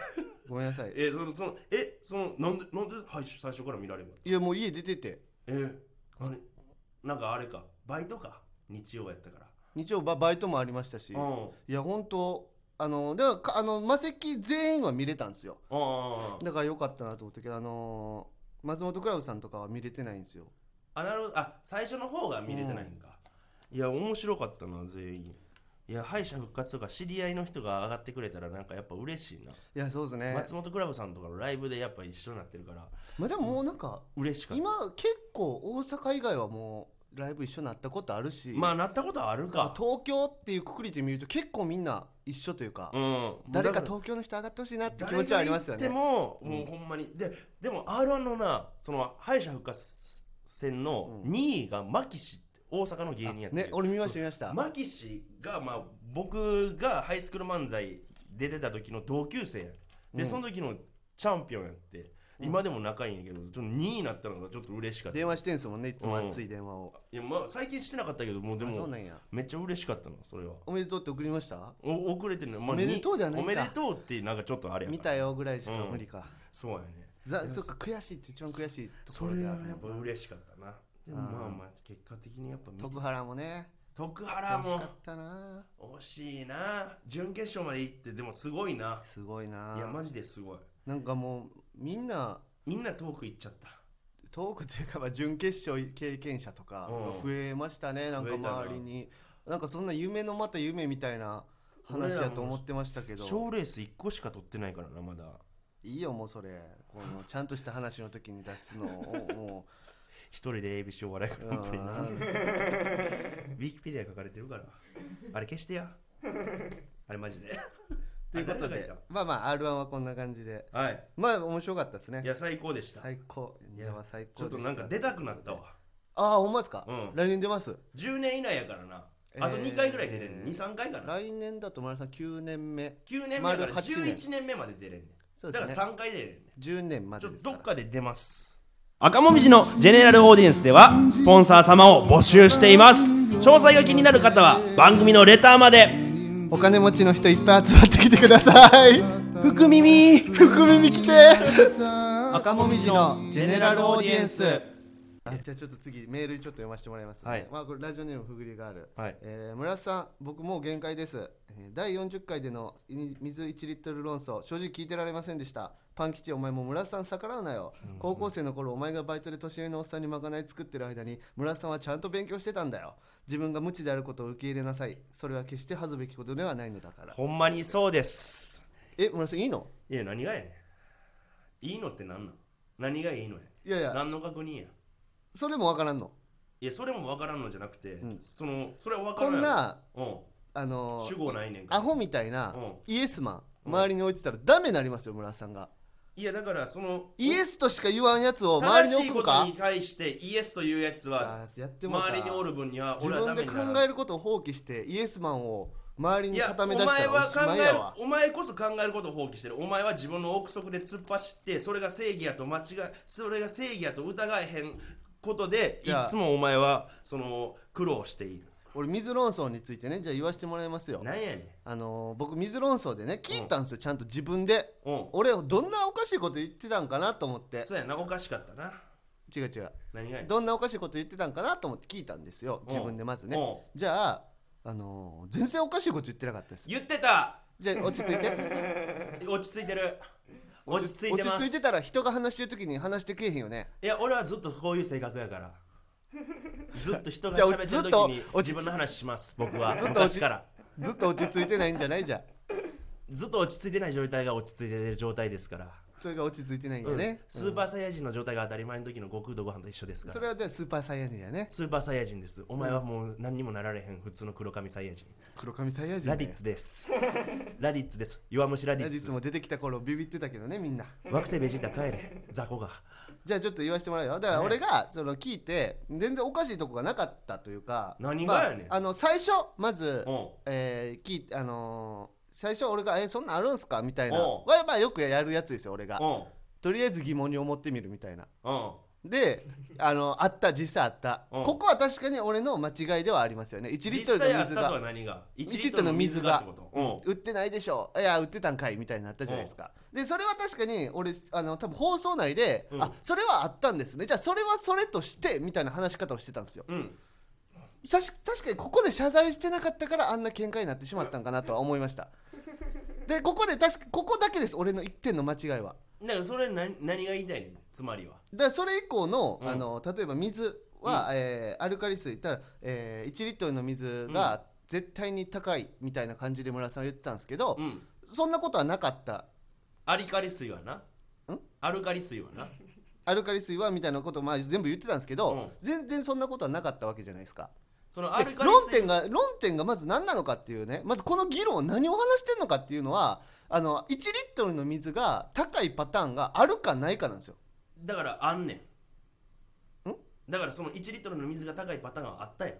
[SPEAKER 2] ごめんなさい
[SPEAKER 1] えそのそのえそのなんでなんではい最初から見られんかった
[SPEAKER 2] いやもう家出てて
[SPEAKER 1] えあれなんかあれかバイトか日曜やったから
[SPEAKER 2] 日曜ババイトもありましたし
[SPEAKER 1] うん
[SPEAKER 2] いや本当あのでもかあのマセキ全員は見れたんですよ
[SPEAKER 1] あ
[SPEAKER 2] だから良かったなと思ったけどあのー松本クラブさんとかは見れてないんですよ
[SPEAKER 1] あなるほどあ最初の方が見れてないんか、いや面白かったな全員いや敗者復活とか知り合いの人が上がってくれたらなんかやっぱ嬉しいな、
[SPEAKER 2] いやそうですね
[SPEAKER 1] 松本クラブさんとかのライブでやっぱ一緒になってるから
[SPEAKER 2] まあでももうなんか
[SPEAKER 1] 嬉しかった
[SPEAKER 2] 今結構大阪以外はもうライブ一緒になったことあるし、
[SPEAKER 1] まあなったことはある
[SPEAKER 2] まあ
[SPEAKER 1] か
[SPEAKER 2] 東京っていうくくりで見ると結構みんな一緒というか、
[SPEAKER 1] うん
[SPEAKER 2] 誰か
[SPEAKER 1] だら
[SPEAKER 2] 東京の人上がってほしいなって気
[SPEAKER 1] 誰
[SPEAKER 2] 持ちはありますよ
[SPEAKER 1] が
[SPEAKER 2] ね
[SPEAKER 1] 行っても、もうほんまにででも r 1のなその敗者復活戦の2位が牧師って大阪の芸人やって
[SPEAKER 2] ね俺見ました見ました
[SPEAKER 1] マキシが、まあ、僕がハイスクール漫才出てた時の同級生やんで、
[SPEAKER 2] うん
[SPEAKER 1] その時のチャンピオンやって今でも仲いいんやけどちょっと2位になったのがちょっと嬉しかったい
[SPEAKER 2] 電話してんすもんねいつも熱い電話を、
[SPEAKER 1] や、まあ、最近してなかったけどもうで
[SPEAKER 2] あそう
[SPEAKER 1] も
[SPEAKER 2] なんや
[SPEAKER 1] めっちゃ嬉しかったのそれは
[SPEAKER 2] おめでとうって送りました
[SPEAKER 1] お遅れてるの、まあ、
[SPEAKER 2] おめでとうではない
[SPEAKER 1] に
[SPEAKER 2] か
[SPEAKER 1] おめでとうってなんかちょっとあれやから
[SPEAKER 2] 見たよぐらいしか
[SPEAKER 1] うん
[SPEAKER 2] 無理か、
[SPEAKER 1] そうやね
[SPEAKER 2] ざそっか悔しいって一番悔しいと
[SPEAKER 1] そ
[SPEAKER 2] ころ
[SPEAKER 1] れ
[SPEAKER 2] で
[SPEAKER 1] は
[SPEAKER 2] あ
[SPEAKER 1] や
[SPEAKER 2] るもんな
[SPEAKER 1] っぱ嬉しかったなでも
[SPEAKER 2] うん
[SPEAKER 1] まあまあ結果的にやっぱ見て
[SPEAKER 2] 徳原もね
[SPEAKER 1] 徳原
[SPEAKER 2] 惜し
[SPEAKER 1] も
[SPEAKER 2] かったな
[SPEAKER 1] 惜しいな準決勝まで行ってでもすごいな
[SPEAKER 2] すごいない
[SPEAKER 1] やマジですごい
[SPEAKER 2] なんかもうみんな
[SPEAKER 1] みんな遠く行っちゃった
[SPEAKER 2] トークというかまあ準決勝経験者とか
[SPEAKER 1] うん
[SPEAKER 2] 増えましたね、なんか
[SPEAKER 1] 増えたな
[SPEAKER 2] 周りになんかそんな夢のまた夢みたいな話やと思ってましたけど
[SPEAKER 1] 賞レース1個しか取ってないからなまだ
[SPEAKER 2] いいよもうそれこのちゃんとした話の時に出すのを も
[SPEAKER 1] 一人で ABC お笑いか
[SPEAKER 2] う
[SPEAKER 1] ら本当にな
[SPEAKER 2] うん
[SPEAKER 1] ウィキペディア書かれてるからあれ消して やあれマジで
[SPEAKER 2] ということ
[SPEAKER 1] あれ誰
[SPEAKER 2] で
[SPEAKER 1] が書い
[SPEAKER 2] まあまあ r 1はこんな感じで
[SPEAKER 1] たはい
[SPEAKER 2] まあ面白かったですね
[SPEAKER 1] いや最高でした
[SPEAKER 2] 最高いや最
[SPEAKER 1] ち
[SPEAKER 2] 高
[SPEAKER 1] ょっ
[SPEAKER 2] でした
[SPEAKER 1] となんか出たくなったわ
[SPEAKER 2] ああほんまですか、
[SPEAKER 1] うん
[SPEAKER 2] 来年出ます
[SPEAKER 1] 10年以内やからなあと
[SPEAKER 2] えー
[SPEAKER 1] 2回ぐらい出れんね23回かな
[SPEAKER 2] 来年だと丸さん9年目
[SPEAKER 1] 9年目やから
[SPEAKER 2] 丸八年
[SPEAKER 1] 11年目まで出れんね
[SPEAKER 2] そうんで
[SPEAKER 1] だ
[SPEAKER 2] す
[SPEAKER 1] から
[SPEAKER 2] ね
[SPEAKER 1] 3回出れんねん
[SPEAKER 2] 10年ま
[SPEAKER 1] ち
[SPEAKER 2] で
[SPEAKER 1] ょっ
[SPEAKER 2] です
[SPEAKER 1] と
[SPEAKER 2] か
[SPEAKER 1] どっ
[SPEAKER 2] ら
[SPEAKER 1] かで出ます赤もみじのジェネラルオーディエンスではスポンサー様を募集しています詳細が気になる方は番組のレターまで
[SPEAKER 2] お金持ちの人いっぱい集まってきてください
[SPEAKER 1] 福耳
[SPEAKER 2] 福耳来て赤もみじのジェネラルオーディエンスあじゃあちょっと次メールちょっと読ませてもらいますね、
[SPEAKER 1] はい
[SPEAKER 2] まあ、これラジオネームふぐりがある、
[SPEAKER 1] はい
[SPEAKER 2] えー村瀬さん僕もう限界ですえー第40回でのい水1リットル論争正直聞いてられませんでしたパン吉お前も村瀬さん逆らうなよ、高校生の頃お前がバイトで年上のおっさんにまかない作ってる間に村瀬さんはちゃんと勉強してたんだよ自分が無知であることを受け入れなさいそれは決して恥ずべきことではないのだから
[SPEAKER 1] ほんまにそうです
[SPEAKER 2] え村瀬さんいいの
[SPEAKER 1] いや何がやねんいいのって何なん何がいいのや
[SPEAKER 2] いやいや
[SPEAKER 1] 何の確認や
[SPEAKER 2] それもわからんの
[SPEAKER 1] いやそれも分からんのじゃなくて、
[SPEAKER 2] ん
[SPEAKER 1] そのそれは分から
[SPEAKER 2] こ
[SPEAKER 1] んや
[SPEAKER 2] ん
[SPEAKER 1] ろ
[SPEAKER 2] な
[SPEAKER 1] うん
[SPEAKER 2] あのー
[SPEAKER 1] 主語ないねんから
[SPEAKER 2] アホみたいな
[SPEAKER 1] うん
[SPEAKER 2] イエスマン周りに置いてたらダメになりますよ村瀬さんが
[SPEAKER 1] いやだからその
[SPEAKER 2] イエスとしか言わんやつを周り
[SPEAKER 1] 正
[SPEAKER 2] に
[SPEAKER 1] しい
[SPEAKER 2] 置く
[SPEAKER 1] こ
[SPEAKER 2] ん
[SPEAKER 1] と
[SPEAKER 2] か
[SPEAKER 1] に対してイエスというやつは
[SPEAKER 2] あーやってもうた
[SPEAKER 1] 周りにおる分には
[SPEAKER 2] 自
[SPEAKER 1] 俺はダメ
[SPEAKER 2] 分で
[SPEAKER 1] に
[SPEAKER 2] 考
[SPEAKER 1] ならん
[SPEAKER 2] えることを放棄してイエスマンを周り
[SPEAKER 1] い
[SPEAKER 2] に
[SPEAKER 1] や
[SPEAKER 2] 固
[SPEAKER 1] お
[SPEAKER 2] め出した
[SPEAKER 1] 前
[SPEAKER 2] らお
[SPEAKER 1] は
[SPEAKER 2] し
[SPEAKER 1] 考
[SPEAKER 2] まい
[SPEAKER 1] え
[SPEAKER 2] や
[SPEAKER 1] る
[SPEAKER 2] わ
[SPEAKER 1] お前こそ考えることを放棄してるお前は自分の憶測で突っ走ってそれが正義やと間違いそれが正義やと疑えへんことでい
[SPEAKER 2] じゃあ
[SPEAKER 1] つもお前はその苦労している
[SPEAKER 2] 俺水論争についてねじゃあ言わせてもらいますよ
[SPEAKER 1] なんやね
[SPEAKER 2] あのー僕水論争でね聞いたんですよちゃんと自分で
[SPEAKER 1] んうん
[SPEAKER 2] 俺どんなおかしいこと言ってたんかなと思って
[SPEAKER 1] そうやなおかしかったな
[SPEAKER 2] 違う違う
[SPEAKER 1] 何がやねん
[SPEAKER 2] どんなおかしいこと言ってたんかなと思って聞いたんですよ
[SPEAKER 1] うん
[SPEAKER 2] 自分でまずね
[SPEAKER 1] う
[SPEAKER 2] じゃあ、あのー全然おかしいこと言ってなかったです
[SPEAKER 1] 言ってた
[SPEAKER 2] じゃあ落ち着いて
[SPEAKER 1] 落ち着いてる 落ち着い
[SPEAKER 2] 落
[SPEAKER 1] てます
[SPEAKER 2] ち着いてたら人が話してる時に話してくれへんよね
[SPEAKER 1] いや俺はずっとこういう性格や からずっと人が
[SPEAKER 2] じゃあ
[SPEAKER 1] 喋ってる
[SPEAKER 2] ずっと
[SPEAKER 1] 時に
[SPEAKER 2] 落ち
[SPEAKER 1] 自分の話します僕は
[SPEAKER 2] ずっと落ち
[SPEAKER 1] 昔から
[SPEAKER 2] ずっと落ち着いてないんじゃないじゃん
[SPEAKER 1] ずっと落ち着いてない状態が落ち着いてる状態ですから
[SPEAKER 2] それが落ち着いてないんだ
[SPEAKER 1] うん
[SPEAKER 2] ね、
[SPEAKER 1] スーパーサイヤ人の状態が当たり前の時の悟空とご飯と一緒ですか
[SPEAKER 2] そ
[SPEAKER 1] ら
[SPEAKER 2] れはじゃあスーパーサイヤ人やね
[SPEAKER 1] スーパーサイヤ人ですお前はもう何にもなられへん普通の黒髪サイヤ人
[SPEAKER 2] 黒髪サイヤ人、ね、
[SPEAKER 1] ラディッツです ラディッツです弱虫ラディ
[SPEAKER 2] ラディ
[SPEAKER 1] ッ
[SPEAKER 2] ッツ
[SPEAKER 1] ツ
[SPEAKER 2] も出てきた頃ビビってたけどねみんな
[SPEAKER 1] 惑星ベジータ帰れ雑魚が
[SPEAKER 2] じゃあちょっと言わせてもらうよだから俺がその聞いて全然おかしいとこがなかったというか
[SPEAKER 1] 何がやねん
[SPEAKER 2] まあ、あの最初まず
[SPEAKER 1] うん
[SPEAKER 2] えー聞いあのー最初俺が「えそんなんあるんすか?」みたいな
[SPEAKER 1] うん
[SPEAKER 2] はまあよくやるやつですよ俺が
[SPEAKER 1] うん
[SPEAKER 2] とりあえず疑問に思ってみるみたいな
[SPEAKER 1] うん
[SPEAKER 2] であのあった実際あった、
[SPEAKER 1] うん
[SPEAKER 2] ここは確かに俺の間違いではありますよね1リッ
[SPEAKER 1] 実
[SPEAKER 2] トル
[SPEAKER 1] 際
[SPEAKER 2] の
[SPEAKER 1] あっ
[SPEAKER 2] 水
[SPEAKER 1] たとは
[SPEAKER 2] が
[SPEAKER 1] 何が
[SPEAKER 2] 1リットルの水が
[SPEAKER 1] ってこと
[SPEAKER 2] 売ってないでしょいや売ってたんかいみたいになったじゃないですか、でそれは確かに俺あの多分放送内で、
[SPEAKER 1] うん
[SPEAKER 2] あそれはあったんですねじゃあそれはそれとしてみたいな話し方をしてたんですよ
[SPEAKER 1] うんうん
[SPEAKER 2] さし確かにここで謝罪してなかったからあんな喧嘩になってしまったんかなとは思いましたでここで確かここだけです俺の1点の間違いは
[SPEAKER 1] だからそれ何何が言いたいねんつまりは
[SPEAKER 2] だからそれ以降の,、
[SPEAKER 1] うん
[SPEAKER 2] あの例えば水は、えーアルカリ水たら、えー1リットルの水が絶対に高いみたいな感じで村さんは言ってたんですけど、
[SPEAKER 1] うん
[SPEAKER 2] そんなことはなかった
[SPEAKER 1] アリカリ水はな
[SPEAKER 2] うん
[SPEAKER 1] アルカリ水はな
[SPEAKER 2] アルカリ水はみたいなことをまあ全部言ってたんですけど、
[SPEAKER 1] うん
[SPEAKER 2] 全然そんなことはなかったわけじゃないですか
[SPEAKER 1] そのア
[SPEAKER 2] で
[SPEAKER 1] ルカリ
[SPEAKER 2] 論
[SPEAKER 1] 水
[SPEAKER 2] 点が論点がまず何なのかっていうねまずこの議論何を話してんのかっていうのはあの1リットルの水が高いパターンがあるかないかなんですよ
[SPEAKER 1] だからあんねん
[SPEAKER 2] ん
[SPEAKER 1] だからその1リットルの水が高いパターンはあったやん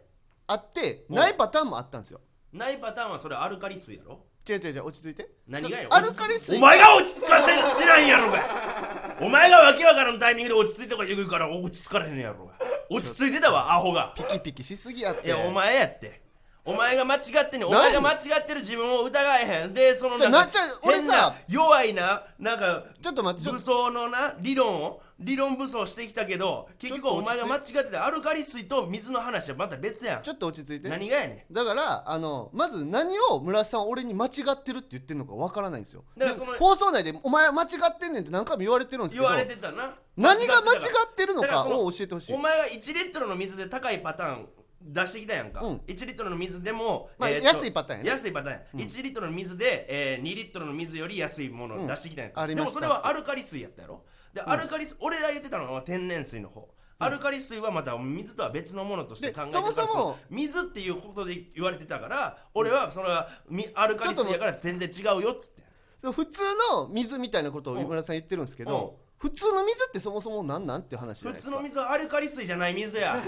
[SPEAKER 2] あって
[SPEAKER 1] うん
[SPEAKER 2] ないパターンもあったんですよ
[SPEAKER 1] ないパターンはそれアルカリ水やろ
[SPEAKER 2] 違う違う違う落ち着いて
[SPEAKER 1] 何がや
[SPEAKER 2] アルカリ水
[SPEAKER 1] お前が落ち着かせてないんやろがお前がわけわからんタイミングで落ち着いてとか言うから落ち着かれへんやろが落ち着いてたわアホが
[SPEAKER 2] ピキピキしすぎやって
[SPEAKER 1] いやお前やってお前が間違ってんねんお前が間違ってる自分を疑えへんでそのなんか
[SPEAKER 2] ちょなちょ俺さ
[SPEAKER 1] 変な弱いななんか
[SPEAKER 2] ちょっと待ってちょっ
[SPEAKER 1] 武
[SPEAKER 2] と
[SPEAKER 1] 装のな理論を理論武装してきたけど結局
[SPEAKER 2] ちょっと
[SPEAKER 1] お
[SPEAKER 2] 落ち着
[SPEAKER 1] 前
[SPEAKER 2] い
[SPEAKER 1] が間違ってたアルカリ水と水の話はまた別やん
[SPEAKER 2] ちょっと落ち着いて
[SPEAKER 1] 何がやね
[SPEAKER 2] だからあのまず何を村瀬さんは俺に間違ってるって言ってるのかわからないんですよ
[SPEAKER 1] だからそ
[SPEAKER 2] で
[SPEAKER 1] の
[SPEAKER 2] 放送内で「お前間違ってんねん」って何回も言われてるんで
[SPEAKER 1] ん
[SPEAKER 2] すけ
[SPEAKER 1] 言
[SPEAKER 2] ど
[SPEAKER 1] われてたな
[SPEAKER 2] 何が間違
[SPEAKER 1] てたら
[SPEAKER 2] ってるの
[SPEAKER 1] だから
[SPEAKER 2] か
[SPEAKER 1] その
[SPEAKER 2] を教えてほしい
[SPEAKER 1] お前が1リットルの水で高いパターン出してきたやんか、
[SPEAKER 2] うん
[SPEAKER 1] 1リットルの水でも、
[SPEAKER 2] まあ
[SPEAKER 1] ーと
[SPEAKER 2] 安いパターンやね
[SPEAKER 1] 安いパターンや、1リットルの水で、えー2リットルの水より安いものを出してきたやんか、
[SPEAKER 2] あり
[SPEAKER 1] で
[SPEAKER 2] まし
[SPEAKER 1] も
[SPEAKER 2] た
[SPEAKER 1] それはアルカリ水やったやろで、アルカリ水俺ら言ってたのは天然水の方アルカリ水はまた水とは別のものとして
[SPEAKER 2] で
[SPEAKER 1] 考えてたから
[SPEAKER 2] そもそも
[SPEAKER 1] の水っていうことで言われてたから俺はそれはみアルカリ水やから全然違うよっつって
[SPEAKER 2] そう普通の水みたいなことを井村さん言ってるんですけど、普通の水ってそもそも何なんっていう話じゃ
[SPEAKER 1] 普
[SPEAKER 2] ないです
[SPEAKER 1] 通
[SPEAKER 2] か
[SPEAKER 1] の水はアルカリ水じゃない水や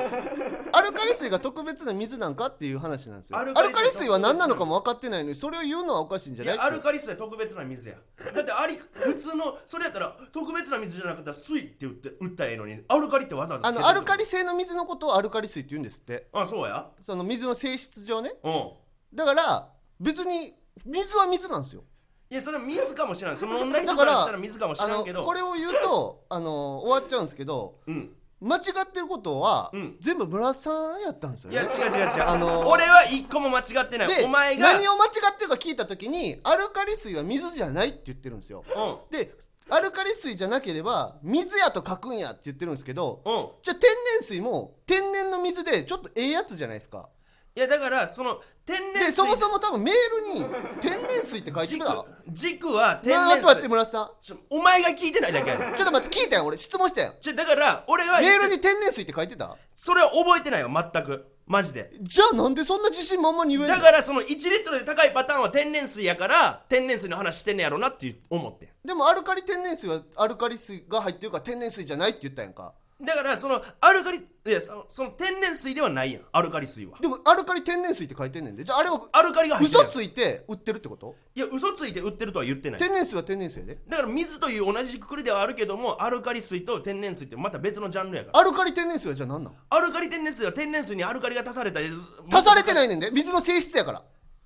[SPEAKER 2] アルカリ水が特別な水なんかっていう話なんですよ
[SPEAKER 1] ア
[SPEAKER 2] ア
[SPEAKER 1] ル
[SPEAKER 2] ル
[SPEAKER 1] カ
[SPEAKER 2] カ
[SPEAKER 1] リ水
[SPEAKER 2] リ水は何なのかも分かってないのにそれを言うのはおかしいんじゃ
[SPEAKER 1] い
[SPEAKER 2] ない
[SPEAKER 1] やアルカリ水は特別な水やだってあり普通のそれやったら特別な水じゃなかったら水って打って打ったらええのにアルカリってわざわざ
[SPEAKER 2] あ
[SPEAKER 1] つけて
[SPEAKER 2] の
[SPEAKER 1] る
[SPEAKER 2] アルカリ性の水のことをアルカリ水って言うんですって
[SPEAKER 1] あそうや
[SPEAKER 2] その水の性質上ね
[SPEAKER 1] うん
[SPEAKER 2] だから別に水は水なんですよ
[SPEAKER 1] いやそれは水かもしれないその飲んだ人
[SPEAKER 2] だ
[SPEAKER 1] か
[SPEAKER 2] からら
[SPEAKER 1] したら水かもし
[SPEAKER 2] あ
[SPEAKER 1] れん
[SPEAKER 2] の
[SPEAKER 1] けど
[SPEAKER 2] これを言う とあの終わっちゃうんですけど
[SPEAKER 1] うん
[SPEAKER 2] 間違ってることは、
[SPEAKER 1] うん
[SPEAKER 2] 全部村さんやったんですよ
[SPEAKER 1] い
[SPEAKER 2] ね
[SPEAKER 1] や違う違う違う、
[SPEAKER 2] あのー
[SPEAKER 1] 俺は一個も間違ってな
[SPEAKER 2] で
[SPEAKER 1] いお前が
[SPEAKER 2] 何を間違ってるか聞いた時にアルカリ水は水じゃないって言ってるんですよでアルカリ水じゃなければ水やと書くんやって言ってるんですけど
[SPEAKER 1] うんうん
[SPEAKER 2] じゃあ天然水も天然の水でちょっとええやつじゃないですか
[SPEAKER 1] いやだからその天然
[SPEAKER 2] で
[SPEAKER 1] 水
[SPEAKER 2] そもそも多分メールに天然水って書いて
[SPEAKER 1] 軸
[SPEAKER 2] たな
[SPEAKER 1] 軸は天
[SPEAKER 2] あ
[SPEAKER 1] 然
[SPEAKER 2] ちょっと待って
[SPEAKER 1] 水
[SPEAKER 2] 村瀬さ
[SPEAKER 1] ちょお前が聞いてないだけやねん
[SPEAKER 2] んちょっと待って聞いたやん俺質問したやん
[SPEAKER 1] ちょだから俺は
[SPEAKER 2] メールに天然水って書いてた
[SPEAKER 1] それは覚えてないよ全くマジで
[SPEAKER 2] じゃあなんでそんな自信満々に言えんの
[SPEAKER 1] だからその1リットルで高いパターンは天然水やから天然水の話してんねやろなって思って
[SPEAKER 2] でもアルカリ天然水はアルカリ水が入ってるから天然水じゃないって言ったやんか
[SPEAKER 1] んだからそのアルカリいやそのその天然水ではないやんアルカリ水は
[SPEAKER 2] でもアルカリ天然水って書いてんねんでじゃああれは
[SPEAKER 1] アルカリが入ってる
[SPEAKER 2] 嘘
[SPEAKER 1] やん
[SPEAKER 2] ついて売ってるってこと
[SPEAKER 1] いや嘘ついて売ってるとは言ってない
[SPEAKER 2] 天然水は天然水やで
[SPEAKER 1] だから水という同じくくりではあるけどもアルカリ水と天然水ってまた別のジャンルやから
[SPEAKER 2] アルカリ天然水はじゃあ何なの
[SPEAKER 1] アルカリ天然水は天然水にアルカリが足された
[SPEAKER 2] 足されて
[SPEAKER 1] い
[SPEAKER 2] ないねんで水の性質やから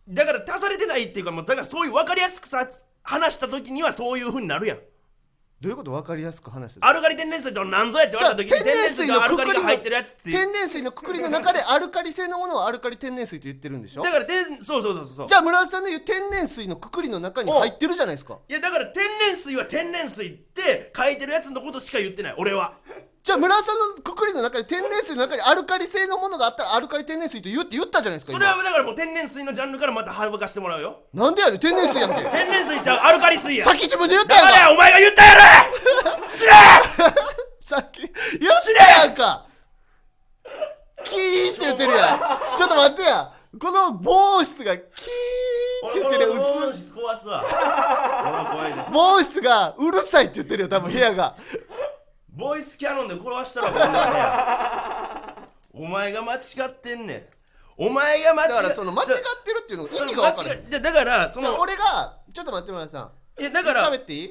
[SPEAKER 1] だから足されてないっていうかもうだからそういう分かりやすくさ話した時にはそういう風になるやん
[SPEAKER 2] どういうこと分かりやすく話してた
[SPEAKER 1] アルカリ天然水と何ぞやって言われた時に天然水がアルカリが入ってるやつっていう
[SPEAKER 2] 天然水のくくりの中でアルカリ性のものをアルカリ天然水と言ってるんでしょ
[SPEAKER 1] だから天そうそうそうそう
[SPEAKER 2] じゃあ村田さんの言う天然水のくくりの中に入ってるじゃないですか
[SPEAKER 1] いやだから天然水は天然水って書いてるやつのことしか言ってない俺は
[SPEAKER 2] じゃあ村田さんのくくりの中で天然水の中にアルカリ性のものがあったらアルカリ天然水と言うって言ったじゃないですか
[SPEAKER 1] そ
[SPEAKER 2] 今
[SPEAKER 1] れはだからもう天然水のジャンルからまた省かしてもらうよ
[SPEAKER 2] なんでやねん天然水やんけ
[SPEAKER 1] 天然水ちゃうアルカリ水や
[SPEAKER 2] さっき自分で言った
[SPEAKER 1] だ
[SPEAKER 2] やん
[SPEAKER 1] か
[SPEAKER 2] から
[SPEAKER 1] お前が言ったやろ知らん
[SPEAKER 2] さっき言ったやんかキーって言ってるやんちょっと待ってやこの防音室がキーって
[SPEAKER 1] 俺
[SPEAKER 2] 言ってるやん
[SPEAKER 1] 俺
[SPEAKER 2] 薄い
[SPEAKER 1] 俺壊すわ俺怖いね
[SPEAKER 2] 防音室がうるさいって言ってるよ多分部屋が
[SPEAKER 1] ボイスキャノンで壊したらこんなんやお前が間違ってんねんお前が間違
[SPEAKER 2] だからその間違って
[SPEAKER 1] ち
[SPEAKER 2] る
[SPEAKER 1] ょ
[SPEAKER 2] っていうのが
[SPEAKER 1] そ
[SPEAKER 2] 意
[SPEAKER 1] の
[SPEAKER 2] 味が分か
[SPEAKER 1] 間違
[SPEAKER 2] らな
[SPEAKER 1] えじゃだからそ
[SPEAKER 2] い
[SPEAKER 1] の
[SPEAKER 2] 俺がちょっと待って村田さん
[SPEAKER 1] いやだから
[SPEAKER 2] 喋っていい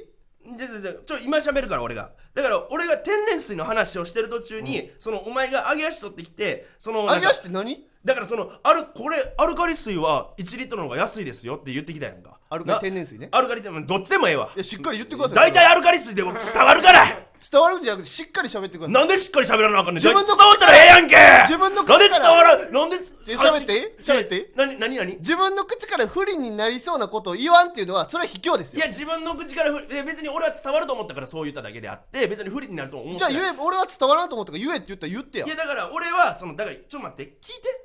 [SPEAKER 1] じゃじゃじゃちょ今喋るから俺がだから俺が天然水の話をしてる途中に、そのお前が揚げ足取ってきてそのな
[SPEAKER 2] 揚
[SPEAKER 1] ん
[SPEAKER 2] げ
[SPEAKER 1] か
[SPEAKER 2] 足って何
[SPEAKER 1] だからそのあるこれアルカリ水は1リットルの方が安いですよって言ってきたやんか
[SPEAKER 2] アルカリ天然水ね
[SPEAKER 1] なアルカリ天然どっちでもええわ
[SPEAKER 2] いやしっかり言ってくださ
[SPEAKER 1] 大
[SPEAKER 2] い
[SPEAKER 1] 体アルカリ水でも伝わるから
[SPEAKER 2] 伝わるんじゃなくてしっかり喋ってください
[SPEAKER 1] なんでしっかり喋らなあかんねん
[SPEAKER 2] 自分の
[SPEAKER 1] 伝わったらええやんけ
[SPEAKER 2] 自分の口
[SPEAKER 1] な
[SPEAKER 2] か
[SPEAKER 1] んで伝わら
[SPEAKER 2] ら
[SPEAKER 1] んなんで
[SPEAKER 2] え喋っていい喋っていい
[SPEAKER 1] なになになに
[SPEAKER 2] 自分の口から不利になりそうなことを言わんっていうのはそれは卑怯です
[SPEAKER 1] い
[SPEAKER 2] よ
[SPEAKER 1] や自分の口からふえ別に俺は伝わると思ったからそう言っただけであって別に不利になるとは思って
[SPEAKER 2] じゃ
[SPEAKER 1] な
[SPEAKER 2] あ
[SPEAKER 1] い
[SPEAKER 2] 言え俺は伝わらんと思ったから言えって言ったら言ってよ
[SPEAKER 1] いやだから俺はそのだからちょっと待って聞いて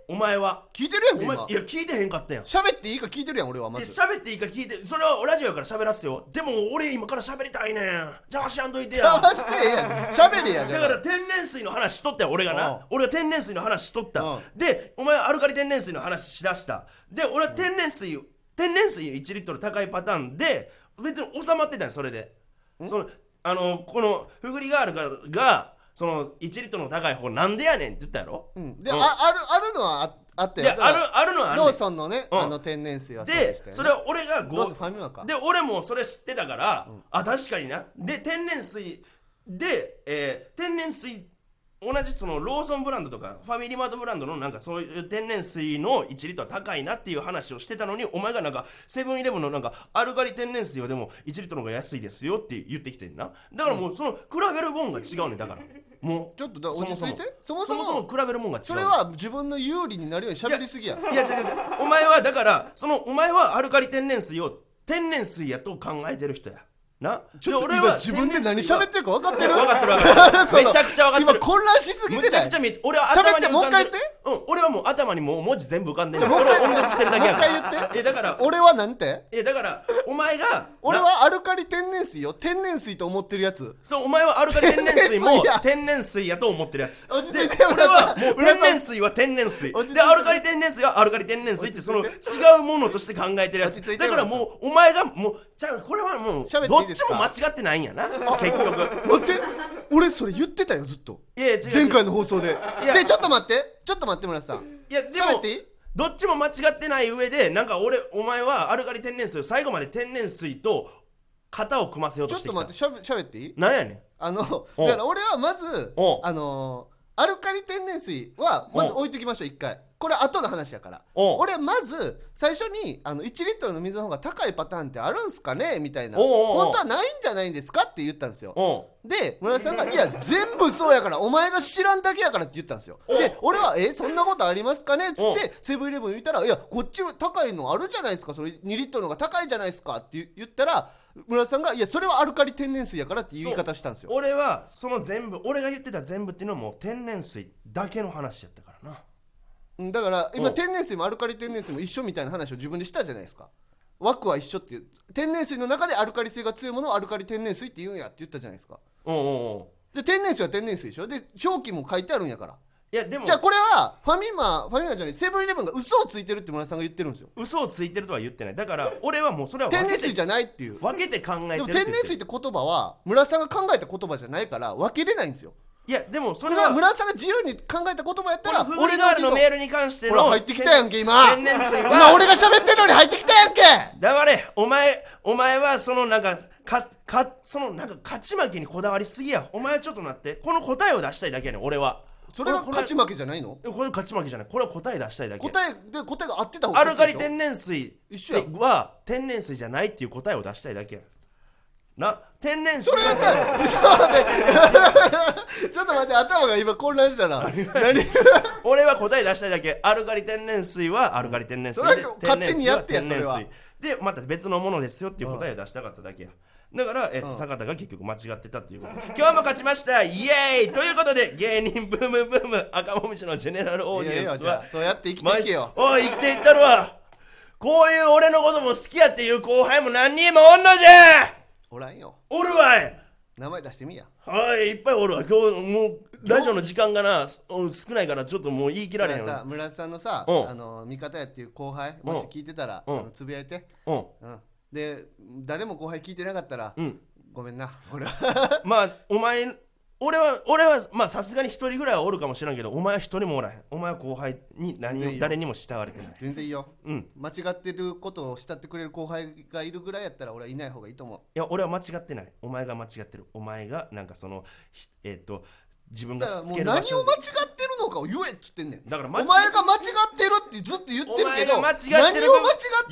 [SPEAKER 1] お前は
[SPEAKER 2] 聞いてるやん
[SPEAKER 1] お
[SPEAKER 2] け
[SPEAKER 1] 前い
[SPEAKER 2] 今
[SPEAKER 1] や聞いてへんかったやん
[SPEAKER 2] 喋っていいか聞いてるやん俺はま
[SPEAKER 1] で
[SPEAKER 2] ず
[SPEAKER 1] 喋っていいか聞いてそれはラジオやから喋らせてよでも俺今から喋りたいねん邪魔しやんといてや
[SPEAKER 2] 話してええやん 喋れやじゃ
[SPEAKER 1] だ
[SPEAKER 2] あ
[SPEAKER 1] から天然水の話しとったよ俺が
[SPEAKER 2] うん
[SPEAKER 1] な俺が天然水の話しとった
[SPEAKER 2] うん
[SPEAKER 1] でお前アルカリ天然水の話しだしたで俺は天然水天然水1リットル高いパターンで別に収まってたよそれでそのあのこのフグリガールががその1リットルの高い方なんでやねんって言ったやろ
[SPEAKER 2] うんであ
[SPEAKER 1] うん
[SPEAKER 2] あるあるのはああった
[SPEAKER 1] で
[SPEAKER 2] よ
[SPEAKER 1] あるあるのはある
[SPEAKER 2] ロ
[SPEAKER 1] ね
[SPEAKER 2] ー
[SPEAKER 1] ん
[SPEAKER 2] ソンのね
[SPEAKER 1] うん
[SPEAKER 2] あの天然水はそうで
[SPEAKER 1] で
[SPEAKER 2] したよね
[SPEAKER 1] それは俺が
[SPEAKER 2] ローソ
[SPEAKER 1] ご
[SPEAKER 2] ンファミマか
[SPEAKER 1] で俺もそれ知ってたから、あ確かになで天然水で、えー天然水同じそのローソンブランドとかファミリーマートブランドのなんかそういう天然水の1リットルは高いなっていう話をしてたのにお前がなんかセブンイレブンのなんかアルカリ天然水はでも1リットルの方が安いですよって言ってきてんなだからもうその比べるもんが違うねんだからもう
[SPEAKER 2] ちょっとだ落ち着いて
[SPEAKER 1] そもそも
[SPEAKER 2] そも
[SPEAKER 1] そ
[SPEAKER 2] そも
[SPEAKER 1] もそも比べるもんが違う
[SPEAKER 2] それは自分の有利になるように喋りすぎや
[SPEAKER 1] いや違う違うお前はだからそのお前はアルカリ天然水を天然水やと考えてる人やな
[SPEAKER 2] ちょっと
[SPEAKER 1] で
[SPEAKER 2] 今自分で
[SPEAKER 1] 天
[SPEAKER 2] 何
[SPEAKER 1] 然水は
[SPEAKER 2] 喋ってるか分かって
[SPEAKER 1] い
[SPEAKER 2] る
[SPEAKER 1] や分かってる分かって
[SPEAKER 2] そ
[SPEAKER 1] る
[SPEAKER 2] の
[SPEAKER 1] めちゃくちゃ分かって
[SPEAKER 2] 今
[SPEAKER 1] る
[SPEAKER 2] 混乱しすぎて
[SPEAKER 1] むち
[SPEAKER 2] な
[SPEAKER 1] ゃ
[SPEAKER 2] い
[SPEAKER 1] くちゃ見え俺は頭に浮かんで
[SPEAKER 2] 喋
[SPEAKER 1] る
[SPEAKER 2] って
[SPEAKER 1] うん俺はもう頭にもう文字全部浮かんでる
[SPEAKER 2] ちょ
[SPEAKER 1] そ
[SPEAKER 2] もう
[SPEAKER 1] れ
[SPEAKER 2] 一回
[SPEAKER 1] を音読してるだけやから
[SPEAKER 2] もう一回言って
[SPEAKER 1] いやだから
[SPEAKER 2] 俺はなんて
[SPEAKER 1] いやだからお前が
[SPEAKER 2] 俺
[SPEAKER 1] な
[SPEAKER 2] はアルカリ天然水よ天然水と思ってるやつ
[SPEAKER 1] そうお前はアルカリ天然 水も
[SPEAKER 2] 天然水や
[SPEAKER 1] 天然水やと思ってるやつ
[SPEAKER 2] 落ち着いて
[SPEAKER 1] で俺
[SPEAKER 2] 村
[SPEAKER 1] は
[SPEAKER 2] さん
[SPEAKER 1] もう天
[SPEAKER 2] 村さん
[SPEAKER 1] 然水は天然水
[SPEAKER 2] 落ち着い
[SPEAKER 1] で
[SPEAKER 2] て
[SPEAKER 1] アルカリ天然水はアルカリ天然水ってその違
[SPEAKER 2] 落ち
[SPEAKER 1] うものとして考えてるやつ
[SPEAKER 2] 落ち着いて
[SPEAKER 1] だからもうお前がもうじゃあこれはもうどっち
[SPEAKER 2] 喋っていいですか
[SPEAKER 1] も間違ってないんや な結局
[SPEAKER 2] 待って俺それ言ってたよずっと
[SPEAKER 1] いやいや違う違う
[SPEAKER 2] 前回の放送で
[SPEAKER 1] や
[SPEAKER 2] でちょっと待ってちょっと待って村さん
[SPEAKER 1] いやで
[SPEAKER 2] 喋
[SPEAKER 1] も
[SPEAKER 2] っていい
[SPEAKER 1] どっちも間違ってない上でなんか俺お前はアルカリ天然水を最後まで天然水と型を組ませよう
[SPEAKER 2] ち
[SPEAKER 1] と
[SPEAKER 2] ょっ
[SPEAKER 1] して
[SPEAKER 2] と
[SPEAKER 1] きた
[SPEAKER 2] 待ってしゃべ喋っていい
[SPEAKER 1] なんやねん
[SPEAKER 2] あの
[SPEAKER 1] おう
[SPEAKER 2] だから俺はまず
[SPEAKER 1] おう
[SPEAKER 2] あのアルカリ天然水はまず
[SPEAKER 1] おう
[SPEAKER 2] 置いときましょう一回これ後の話やから
[SPEAKER 1] おう
[SPEAKER 2] 俺はまず最初にあの1リットルの水の方が高いパターンってあるんすかねみたいな
[SPEAKER 1] おうおうおう
[SPEAKER 2] 本当はないんじゃないんですかって言ったんですよ
[SPEAKER 1] お
[SPEAKER 2] で村田さんが「いや全部そうやからお前が知らんだけやから」って言ったんですよ
[SPEAKER 1] お
[SPEAKER 2] で俺は「えそんなことありますかね?」っつ
[SPEAKER 1] お
[SPEAKER 2] ってセブンイレブン見たら「いやこっち高いのあるじゃないですかそれ2リットルの方が高いじゃないですか」って言ったら村田さんが「いやそれはアルカリ天然水やから」っていう言い方したんですよ
[SPEAKER 1] 俺はその全部俺が言ってた全部っていうのはもう天然水だけの話やったからな
[SPEAKER 2] うんだから
[SPEAKER 1] お
[SPEAKER 2] 今天然水もアルカリ天然水も一緒みたいな話を自分でしたじゃないですか枠は一緒っていう天然水の中でアルカリ性が強いものをアルカリ天然水って言うんやって言ったじゃないですか
[SPEAKER 1] おうおうお
[SPEAKER 2] で天然水は天然水でしょで表記も書いてあるんやから
[SPEAKER 1] ういやでも
[SPEAKER 2] じゃあこれはファミマファミマじゃないセブンイレブンが嘘をついてるって村井さんが言ってるんですよ
[SPEAKER 1] 嘘をついてるとは言ってないだから俺はもうそれは分
[SPEAKER 2] 天
[SPEAKER 1] け
[SPEAKER 2] 然
[SPEAKER 1] て
[SPEAKER 2] 水じゃないっていう
[SPEAKER 1] 分けて考えてる
[SPEAKER 2] で
[SPEAKER 1] っ
[SPEAKER 2] も
[SPEAKER 1] て言
[SPEAKER 2] 天
[SPEAKER 1] って
[SPEAKER 2] 然
[SPEAKER 1] る
[SPEAKER 2] 水って言葉は村井さんが考えた言葉じゃないから分けれないんですよ
[SPEAKER 1] いやでもそ
[SPEAKER 2] こ
[SPEAKER 1] れ
[SPEAKER 2] れ
[SPEAKER 1] は
[SPEAKER 2] は村井さんが自由に考えた言葉やったら
[SPEAKER 1] これフー
[SPEAKER 2] 俺
[SPEAKER 1] リガー
[SPEAKER 2] の
[SPEAKER 1] ルのメールに関して
[SPEAKER 2] ほ
[SPEAKER 1] の
[SPEAKER 2] ら入ってきたやんけ今
[SPEAKER 1] 天然水
[SPEAKER 2] 今
[SPEAKER 1] は
[SPEAKER 2] 俺が喋ってるのに入ってきたやんけ
[SPEAKER 1] 黙れお前お前はそのなんかかかそのなんか勝ち負けにこだわりすぎやお前はちょっと待ってこの答えを出したいだけやねん俺は
[SPEAKER 2] それが勝ち
[SPEAKER 1] 負
[SPEAKER 2] 負けじゃないの
[SPEAKER 1] けこれ勝ち負けじゃないこれは答え出したいだけ
[SPEAKER 2] 答えで答えが合ってた方が
[SPEAKER 1] アルカリ
[SPEAKER 2] 勝ちでしょ
[SPEAKER 1] 天然水
[SPEAKER 2] 一緒やん
[SPEAKER 1] は天然水じゃないっていう答えを出したいだけやな天然水
[SPEAKER 2] それが
[SPEAKER 1] は
[SPEAKER 2] ちょっと待ってちょっと待って頭が今混乱したな何
[SPEAKER 1] 俺は答え出したいだけアルカリ天然水はアルカリ天然水
[SPEAKER 2] それは
[SPEAKER 1] で
[SPEAKER 2] 勝手にやってや
[SPEAKER 1] 天然水は
[SPEAKER 2] そ
[SPEAKER 1] 天
[SPEAKER 2] れは
[SPEAKER 1] 然水でまた別のものですよっていう答えを出したかっただけやだから、えっと坂田が結局間違ってたっていうこと今日も勝ちましたイエーイということで芸人ブームブーム赤もみじのジェネラルオーディエンス
[SPEAKER 2] じゃ
[SPEAKER 1] は
[SPEAKER 2] あそうやって生きて
[SPEAKER 1] 毎
[SPEAKER 2] いけ
[SPEAKER 1] 週
[SPEAKER 2] よ
[SPEAKER 1] おい生きていったるわこういう俺のことも好きやっていう後輩も何人もおんのじゃ
[SPEAKER 2] おらんよ
[SPEAKER 1] おるわい
[SPEAKER 2] 名前出してみや
[SPEAKER 1] はいいっぱいおるわ今日もうラジオの時間がなうん少ないからちょっともう言い切られへん
[SPEAKER 2] 村さ
[SPEAKER 1] わ
[SPEAKER 2] ん村田さんのさ、
[SPEAKER 1] うん
[SPEAKER 2] あの味方やっていう後輩もし聞いてたら、
[SPEAKER 1] うん
[SPEAKER 2] あのつぶやいて、
[SPEAKER 1] うん
[SPEAKER 2] うん、で誰も後輩聞いてなかったら、
[SPEAKER 1] うん
[SPEAKER 2] ごめんな俺は
[SPEAKER 1] まあお前俺は俺はまあさすがに一人ぐらいはおるかもしれんけどお前は一人もおらへんお前は後輩に何
[SPEAKER 2] 全然い
[SPEAKER 1] も
[SPEAKER 2] いよ
[SPEAKER 1] 誰にも慕われてない
[SPEAKER 2] 全然いいよ、
[SPEAKER 1] うん
[SPEAKER 2] 間違ってることを慕ってくれる後輩がいるぐらいやったら俺はいない方がいいと思
[SPEAKER 1] いや俺は間違ってないお前が間違ってるお前がなんかそのひえっ、と自分
[SPEAKER 2] うだ
[SPEAKER 1] が
[SPEAKER 2] から
[SPEAKER 1] つつ
[SPEAKER 2] もう
[SPEAKER 1] ける
[SPEAKER 2] 何
[SPEAKER 1] 場
[SPEAKER 2] を間違
[SPEAKER 1] 所
[SPEAKER 2] ってるのかを言えっつってんねん
[SPEAKER 1] だから
[SPEAKER 2] お
[SPEAKER 1] 間違
[SPEAKER 2] 前が間違ってるってずっと言ってる
[SPEAKER 1] お前
[SPEAKER 2] けど
[SPEAKER 1] が間違ってる
[SPEAKER 2] 何を間違って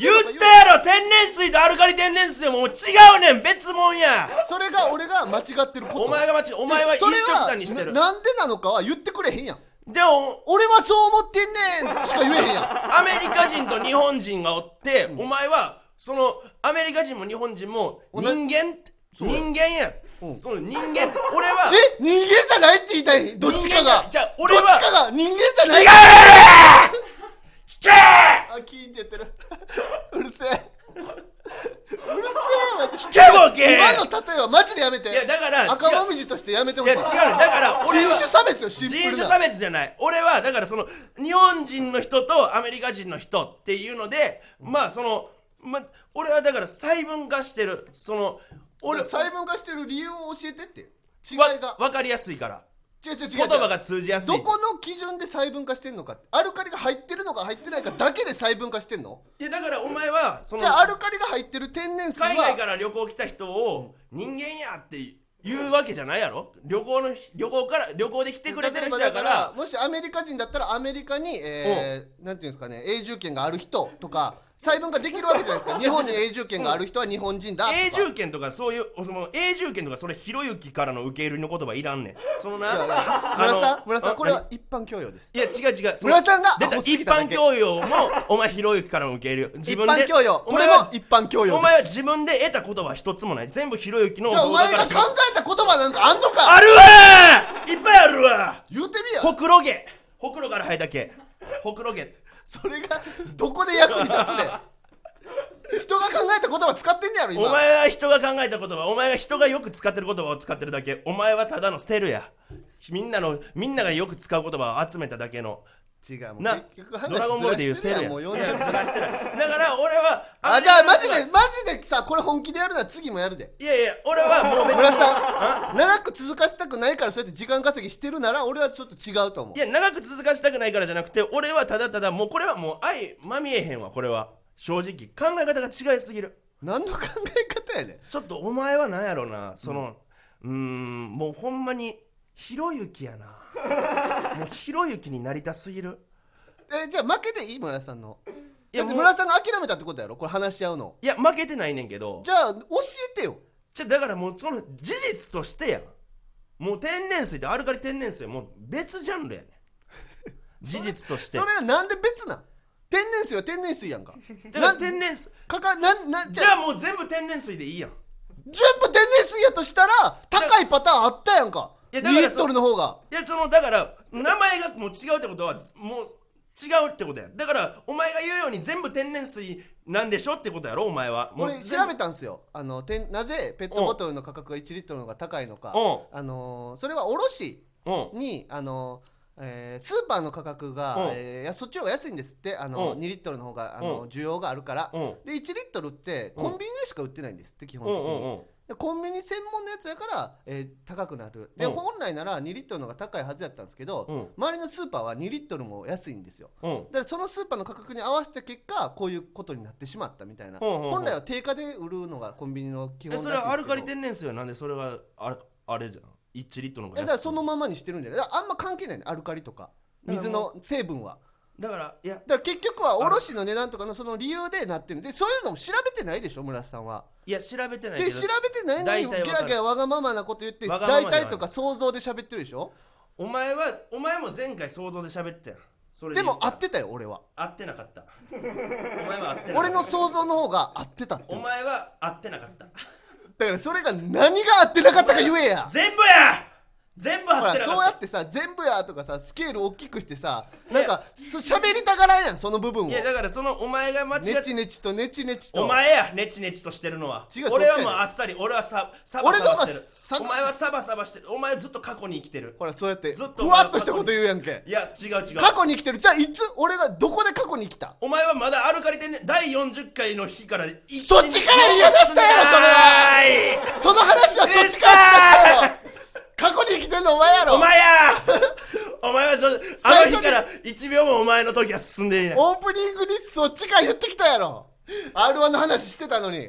[SPEAKER 1] 言
[SPEAKER 2] る
[SPEAKER 1] っ
[SPEAKER 2] のか
[SPEAKER 1] た
[SPEAKER 2] え
[SPEAKER 1] やろ天然水とアルカリ天然水はもう違うねん別もんや
[SPEAKER 2] それが俺が間違ってること
[SPEAKER 1] お前が間違お前は一
[SPEAKER 2] それ
[SPEAKER 1] 緒くたにしてる
[SPEAKER 2] ななんでなのかは言ってくれへんやん
[SPEAKER 1] でも
[SPEAKER 2] 俺はそう思ってんねんしか言えへんやん
[SPEAKER 1] アメリカ人と日本人がおって、お前はそのアメリカ人も日本人も人間って人間や、
[SPEAKER 2] うん
[SPEAKER 1] その人間って俺は
[SPEAKER 2] え人間じゃないって言いたいどっち
[SPEAKER 1] 人
[SPEAKER 2] か
[SPEAKER 1] 間
[SPEAKER 2] が
[SPEAKER 1] やじゃあ俺は
[SPEAKER 2] どっちかが人間じゃない
[SPEAKER 1] 聞け
[SPEAKER 2] あ聞いてってる うるせえうるせえマジ
[SPEAKER 1] 聞けボケ
[SPEAKER 2] 今の例えはマジでやめて
[SPEAKER 1] いやだから
[SPEAKER 2] 赤
[SPEAKER 1] 違う
[SPEAKER 2] もみじとしてやめて
[SPEAKER 1] い
[SPEAKER 2] ほし
[SPEAKER 1] や
[SPEAKER 2] い
[SPEAKER 1] 違う ねだから俺
[SPEAKER 2] 人
[SPEAKER 1] は
[SPEAKER 2] 種差別よシンプル
[SPEAKER 1] 人
[SPEAKER 2] な
[SPEAKER 1] 種差別じゃない俺はだからその日本人の人とアメリカ人の人っていうので、まあその、ま、俺はだから細分化してるその俺
[SPEAKER 2] 俺細分化してる理由を教えてって違い
[SPEAKER 1] わ
[SPEAKER 2] が
[SPEAKER 1] 分かりやすいから
[SPEAKER 2] 違う違う違う違う
[SPEAKER 1] 言葉が通じやすい
[SPEAKER 2] どこの基準で細分化してんのかアルカリが入ってるのか入ってないかだけで細分化してんの
[SPEAKER 1] いやだからお前はその
[SPEAKER 2] じゃあアルカリが入ってる天然水は
[SPEAKER 1] 海外から旅行来た人を人間やって言うわけじゃないやろ旅行の旅行から旅行で来てくれてる人やから
[SPEAKER 2] 例えばだもしアメリカ人だったらアメリカに、えー、なんていうんですかね永住権がある人とか細分化できるわけじゃな いですか日本に永住権がある人は日本人だとか
[SPEAKER 1] 永住権とかそういうその永住権とかそれひろゆきからの受け入れの言葉いらんねんそのなあ
[SPEAKER 2] 村
[SPEAKER 1] の
[SPEAKER 2] さん村さん
[SPEAKER 1] あ
[SPEAKER 2] これは一般教養です
[SPEAKER 1] いや違う違うその
[SPEAKER 2] 村さんが
[SPEAKER 1] 出
[SPEAKER 2] ア
[SPEAKER 1] た
[SPEAKER 2] ホすぎ
[SPEAKER 1] 一
[SPEAKER 2] ただ
[SPEAKER 1] 般
[SPEAKER 2] け
[SPEAKER 1] 教養もお前ひろゆきからの受け入れ自
[SPEAKER 2] 一
[SPEAKER 1] 分で
[SPEAKER 2] 般教養
[SPEAKER 1] お
[SPEAKER 2] こ
[SPEAKER 1] 前
[SPEAKER 2] れも
[SPEAKER 1] は
[SPEAKER 2] 一般教養
[SPEAKER 1] お
[SPEAKER 2] で
[SPEAKER 1] 前は
[SPEAKER 2] す
[SPEAKER 1] 自分で得た言葉は一つもない全部ひろゆきの
[SPEAKER 2] じゃあお
[SPEAKER 1] 動画
[SPEAKER 2] 前
[SPEAKER 1] か
[SPEAKER 2] が
[SPEAKER 1] ら
[SPEAKER 2] 考えた言葉なんかあんのか
[SPEAKER 1] あるわーいっぱいあるわ
[SPEAKER 2] 言うてみや
[SPEAKER 1] ほくろ毛ほくろから生えた毛ほくろ毛
[SPEAKER 2] それがどこで役に立つねん人が考えた言葉使ってんねやろ今
[SPEAKER 1] お前は人が考えた言葉お前は人がよく使ってる言葉を使ってるだけお前はただの捨てるやみんなのみんながよく使う言葉を集めただけの
[SPEAKER 2] 違うもう
[SPEAKER 1] な
[SPEAKER 2] 結局話
[SPEAKER 1] ドラゴンボールで言う捨
[SPEAKER 2] ず
[SPEAKER 1] て
[SPEAKER 2] ら
[SPEAKER 1] る
[SPEAKER 2] して
[SPEAKER 1] や
[SPEAKER 2] るやんもう
[SPEAKER 1] い
[SPEAKER 2] 40
[SPEAKER 1] やずらしてないだから俺は
[SPEAKER 2] あじゃあマジで
[SPEAKER 1] い
[SPEAKER 2] マジでさこれ本気でやるなら次もやるで
[SPEAKER 1] やいや俺はもう別に
[SPEAKER 2] 村さん長く続かせたくないからそうやって時間稼ぎしてるなら俺はちょっと違うと思う
[SPEAKER 1] いや長く続かしたくないからじゃなくて俺はただただもうこれはもう愛まみえへんわこれは正直考え方が違いすぎる
[SPEAKER 2] 何の考え方やねん
[SPEAKER 1] ちょっとお前はなんやろなそのうーんもうほんまにひろゆきや なもうひろゆきになりたすぎる
[SPEAKER 2] えじゃあ負けでいい村さんの
[SPEAKER 1] い
[SPEAKER 2] い
[SPEAKER 1] や
[SPEAKER 2] や
[SPEAKER 1] もう
[SPEAKER 2] 村さんが諦めたってことやろこれ話し合うの
[SPEAKER 1] いや負けてないねんけど
[SPEAKER 2] じゃあ教えてよ
[SPEAKER 1] じゃだからもうその事実としてやんもう天然水とアルカリ天然水はもう別ジャンルやね ん事実として
[SPEAKER 2] それはなんで別なん天然水は天然水やんか
[SPEAKER 1] だから
[SPEAKER 2] なん
[SPEAKER 1] 天然水
[SPEAKER 2] かかなんなん
[SPEAKER 1] じ
[SPEAKER 2] じゃあ
[SPEAKER 1] ゃあもう全部天然水でいいやん
[SPEAKER 2] 全部天然水やとしたら高いパターンあったやんか
[SPEAKER 1] いや
[SPEAKER 2] 2リ
[SPEAKER 1] だから
[SPEAKER 2] ットルの方が
[SPEAKER 1] いやそのだから名前がもう違うってことはもう違うってことやだからお前が言うように全部天然水なんでしょってことやろお前はもう
[SPEAKER 2] 俺
[SPEAKER 1] 全
[SPEAKER 2] 調
[SPEAKER 1] 部
[SPEAKER 2] べたんですよあのてんなぜペットボトルの価格が1リットルの方が高いの
[SPEAKER 1] う
[SPEAKER 2] かあのーそれは卸
[SPEAKER 1] うん
[SPEAKER 2] にあのーえースーパーの価格
[SPEAKER 1] うん
[SPEAKER 2] が、えーいやそっちの方が安いんですってあの
[SPEAKER 1] うん
[SPEAKER 2] 2リットルの方があ
[SPEAKER 1] う
[SPEAKER 2] の
[SPEAKER 1] ん
[SPEAKER 2] 需要があるから
[SPEAKER 1] うん
[SPEAKER 2] で1リットルってコンビニでしか売ってないんですって基本
[SPEAKER 1] う
[SPEAKER 2] 的
[SPEAKER 1] んうん
[SPEAKER 2] に
[SPEAKER 1] うん
[SPEAKER 2] でコンビニ専門のやつやから、えー高くなるで
[SPEAKER 1] うん
[SPEAKER 2] 本来なら2リットルの方が高いはずやったんですけど
[SPEAKER 1] うん
[SPEAKER 2] 周りのスーパーは2リットルも安いんですよ
[SPEAKER 1] うん
[SPEAKER 2] だからそのスーパーの価格に合わせた結果こういうことになってしまったみたいな、
[SPEAKER 1] ほうほうほう
[SPEAKER 2] 本来は定価で売るのがコンビニの基
[SPEAKER 1] え
[SPEAKER 2] 本
[SPEAKER 1] それはアルカリ
[SPEAKER 2] い
[SPEAKER 1] 天然水はなんでそれがあれあれじゃん1リットルの方が安い
[SPEAKER 2] やだからそのままにしてるんじゃないだからあんま関係ないねアルカリとか
[SPEAKER 1] だから
[SPEAKER 2] 水の成分は
[SPEAKER 1] だからいや
[SPEAKER 2] だから結局は卸の値段とかのその理由でなってるんでそういうのも調べてないでしょ村瀬さんはい
[SPEAKER 1] や調べてないけ
[SPEAKER 2] で
[SPEAKER 1] ど
[SPEAKER 2] 調べてない
[SPEAKER 1] 大
[SPEAKER 2] の
[SPEAKER 1] 体
[SPEAKER 2] に
[SPEAKER 1] わか
[SPEAKER 2] ギャ
[SPEAKER 1] る
[SPEAKER 2] ーギャーわがままなこと言って
[SPEAKER 1] わがまま
[SPEAKER 2] 大
[SPEAKER 1] じゃない
[SPEAKER 2] 体とか想像で喋ってるでしょ
[SPEAKER 1] お前はお前も前回想像で喋ってたやんそれ
[SPEAKER 2] でも合
[SPEAKER 1] 言う
[SPEAKER 2] ってたよ俺は
[SPEAKER 1] たら合ってなかったお前は合ってなかった
[SPEAKER 2] 俺の想像の方が合ってたって
[SPEAKER 1] お前は合ってなかった
[SPEAKER 2] だからそれが何が合ってなかったか言 えや
[SPEAKER 1] 全部や全部
[SPEAKER 2] ほ
[SPEAKER 1] 合っ
[SPEAKER 2] ら
[SPEAKER 1] てなか
[SPEAKER 2] そう
[SPEAKER 1] った
[SPEAKER 2] やってさ全部やとかさスケール大きくしてさなんかそ喋りたがらんやんその部分を
[SPEAKER 1] いや
[SPEAKER 2] ね
[SPEAKER 1] だからそのお前が間違っ
[SPEAKER 2] ちねちとねちねちと
[SPEAKER 1] お前やネチネチとしてるのは
[SPEAKER 2] 違う
[SPEAKER 1] 俺はもう
[SPEAKER 2] そっちや
[SPEAKER 1] あっさり俺はササバサバしてる
[SPEAKER 2] 俺の方がサ
[SPEAKER 1] お
[SPEAKER 2] バ
[SPEAKER 1] 前はサバサバしてるお前ずっと過去に生きてる
[SPEAKER 2] ほらそうやって
[SPEAKER 1] ずっと
[SPEAKER 2] ふわっとしたこと言うやんけ
[SPEAKER 1] いや違う違う
[SPEAKER 2] 過去に生きてるじゃあいつ俺がどこで過去に生きた
[SPEAKER 1] お前はまだアルカリでね第40回の日から一
[SPEAKER 2] そっちから言い出したよそれ
[SPEAKER 1] は
[SPEAKER 2] その話はそっちか らしたよ過去に生きてるのお前やろ
[SPEAKER 1] お前や お前はずあの
[SPEAKER 2] 最初に
[SPEAKER 1] 日から1秒もお前の時は進んでいない
[SPEAKER 2] オープニングにそっちから言ってきたやろ R1 の話してたのに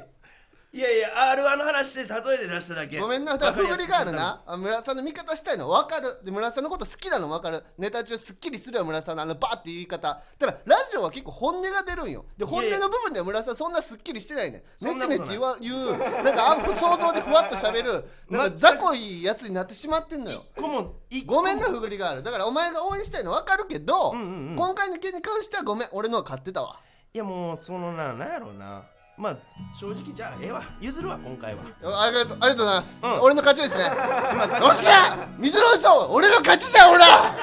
[SPEAKER 1] いやいや R1 の話で例えて出しただけ
[SPEAKER 2] ごめんな、だ
[SPEAKER 1] わ
[SPEAKER 2] か
[SPEAKER 1] かり
[SPEAKER 2] ら
[SPEAKER 1] や
[SPEAKER 2] ふ
[SPEAKER 1] す
[SPEAKER 2] り
[SPEAKER 1] く
[SPEAKER 2] があるな。あ村さんの味方したいの分かる。で、村さんのこと好きなの分かる。ネタ中すっきりするよ、村さんのあのバーって言い方。ただ、ラジオは結構本音が出るんよ。で、本音の部分では村さんそんなすっきりしてないねん。
[SPEAKER 1] そ
[SPEAKER 2] ね
[SPEAKER 1] んなこと
[SPEAKER 2] ちね
[SPEAKER 1] ない
[SPEAKER 2] ち言わ言う、なんかあん想像でふわっと喋る、なんか雑魚いやつになってしまってんのよ。
[SPEAKER 1] こも一個
[SPEAKER 2] ごめんな、ふぐりがある。だから、お前が応援したいの分かるけど、今回の件に関してはごめん、俺のは勝ってたわ。
[SPEAKER 1] いやもうそのななんやろうなまあ正直じゃあええわ譲るわ今回は
[SPEAKER 2] ありがとうありがとうございます、
[SPEAKER 1] うん
[SPEAKER 2] 俺の勝ちですね
[SPEAKER 1] まあ勝ち
[SPEAKER 2] よっしゃ水野さん俺の勝ちじゃんほら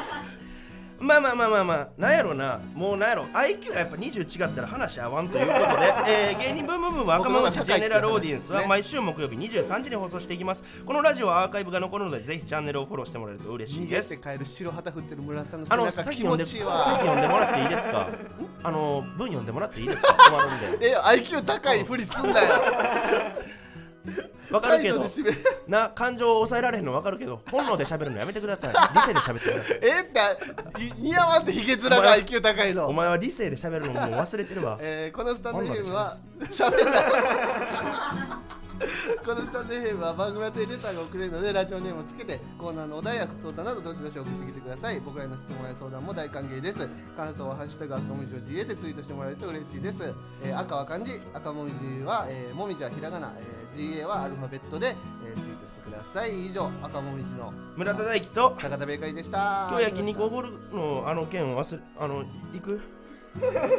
[SPEAKER 1] まあまあまあまあまあなんやろなもうなんやろ IQ がやっぱ20違ったら話合わんというこ とで、えー芸人ブームブーム若者たちジェネラルオーディエンスは毎週木曜日23時に放送していきますこのラジオはアーカイブが残るのでぜひチャンネルをフォローしてもらえると嬉しい
[SPEAKER 2] 逃
[SPEAKER 1] で
[SPEAKER 2] げて
[SPEAKER 1] す
[SPEAKER 2] 帰る白旗振ってる村さんの背
[SPEAKER 1] あの
[SPEAKER 2] 中
[SPEAKER 1] さっき
[SPEAKER 2] 気
[SPEAKER 1] 読ん
[SPEAKER 2] 持
[SPEAKER 1] で
[SPEAKER 2] ち
[SPEAKER 1] さ
[SPEAKER 2] いい
[SPEAKER 1] っき
[SPEAKER 2] わ
[SPEAKER 1] 読んでもらっていいですかあの文読んでもらっていいです か困るんで
[SPEAKER 2] え IQ 高いふりすんなよ
[SPEAKER 1] わかるけど
[SPEAKER 2] 態度で締
[SPEAKER 1] な感情を抑えられへんのわかるけど本能で喋るのやめてください理性で喋ってください
[SPEAKER 2] めえってい似合わんってひげ面が IQ 高い
[SPEAKER 1] お
[SPEAKER 2] の
[SPEAKER 1] 前は理性で喋るのもう忘れてるわ
[SPEAKER 2] えー、このスタンド FM は喋んない このスタンド FM は番組のテレターが送れるのでラジオネームをつけてコーナーのお題や普通歌などどしどし送ってきてください僕らへの質問や相談も大歓迎です感想は「ハッシュタグ赤もみじを GA」でツイートしてもらえると嬉しいです、えー赤は漢字赤もみじは、えーもみじはひらがな、えー GA はアルファベットで、えーツイートしてください以上赤もみじの
[SPEAKER 1] 村田大樹と
[SPEAKER 2] 坂田ベーカリーでした
[SPEAKER 1] 今日焼肉おごるのあの件忘れあの行く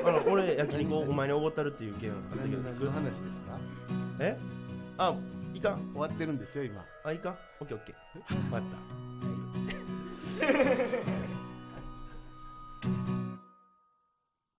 [SPEAKER 1] あの俺焼肉お前におごったるっていう件あったけど
[SPEAKER 2] 何
[SPEAKER 1] 行
[SPEAKER 2] の
[SPEAKER 1] く
[SPEAKER 2] 話ですか
[SPEAKER 1] えあいかん
[SPEAKER 2] 終わってるんですよ今
[SPEAKER 1] あいかんオッケーオッケー分かったはい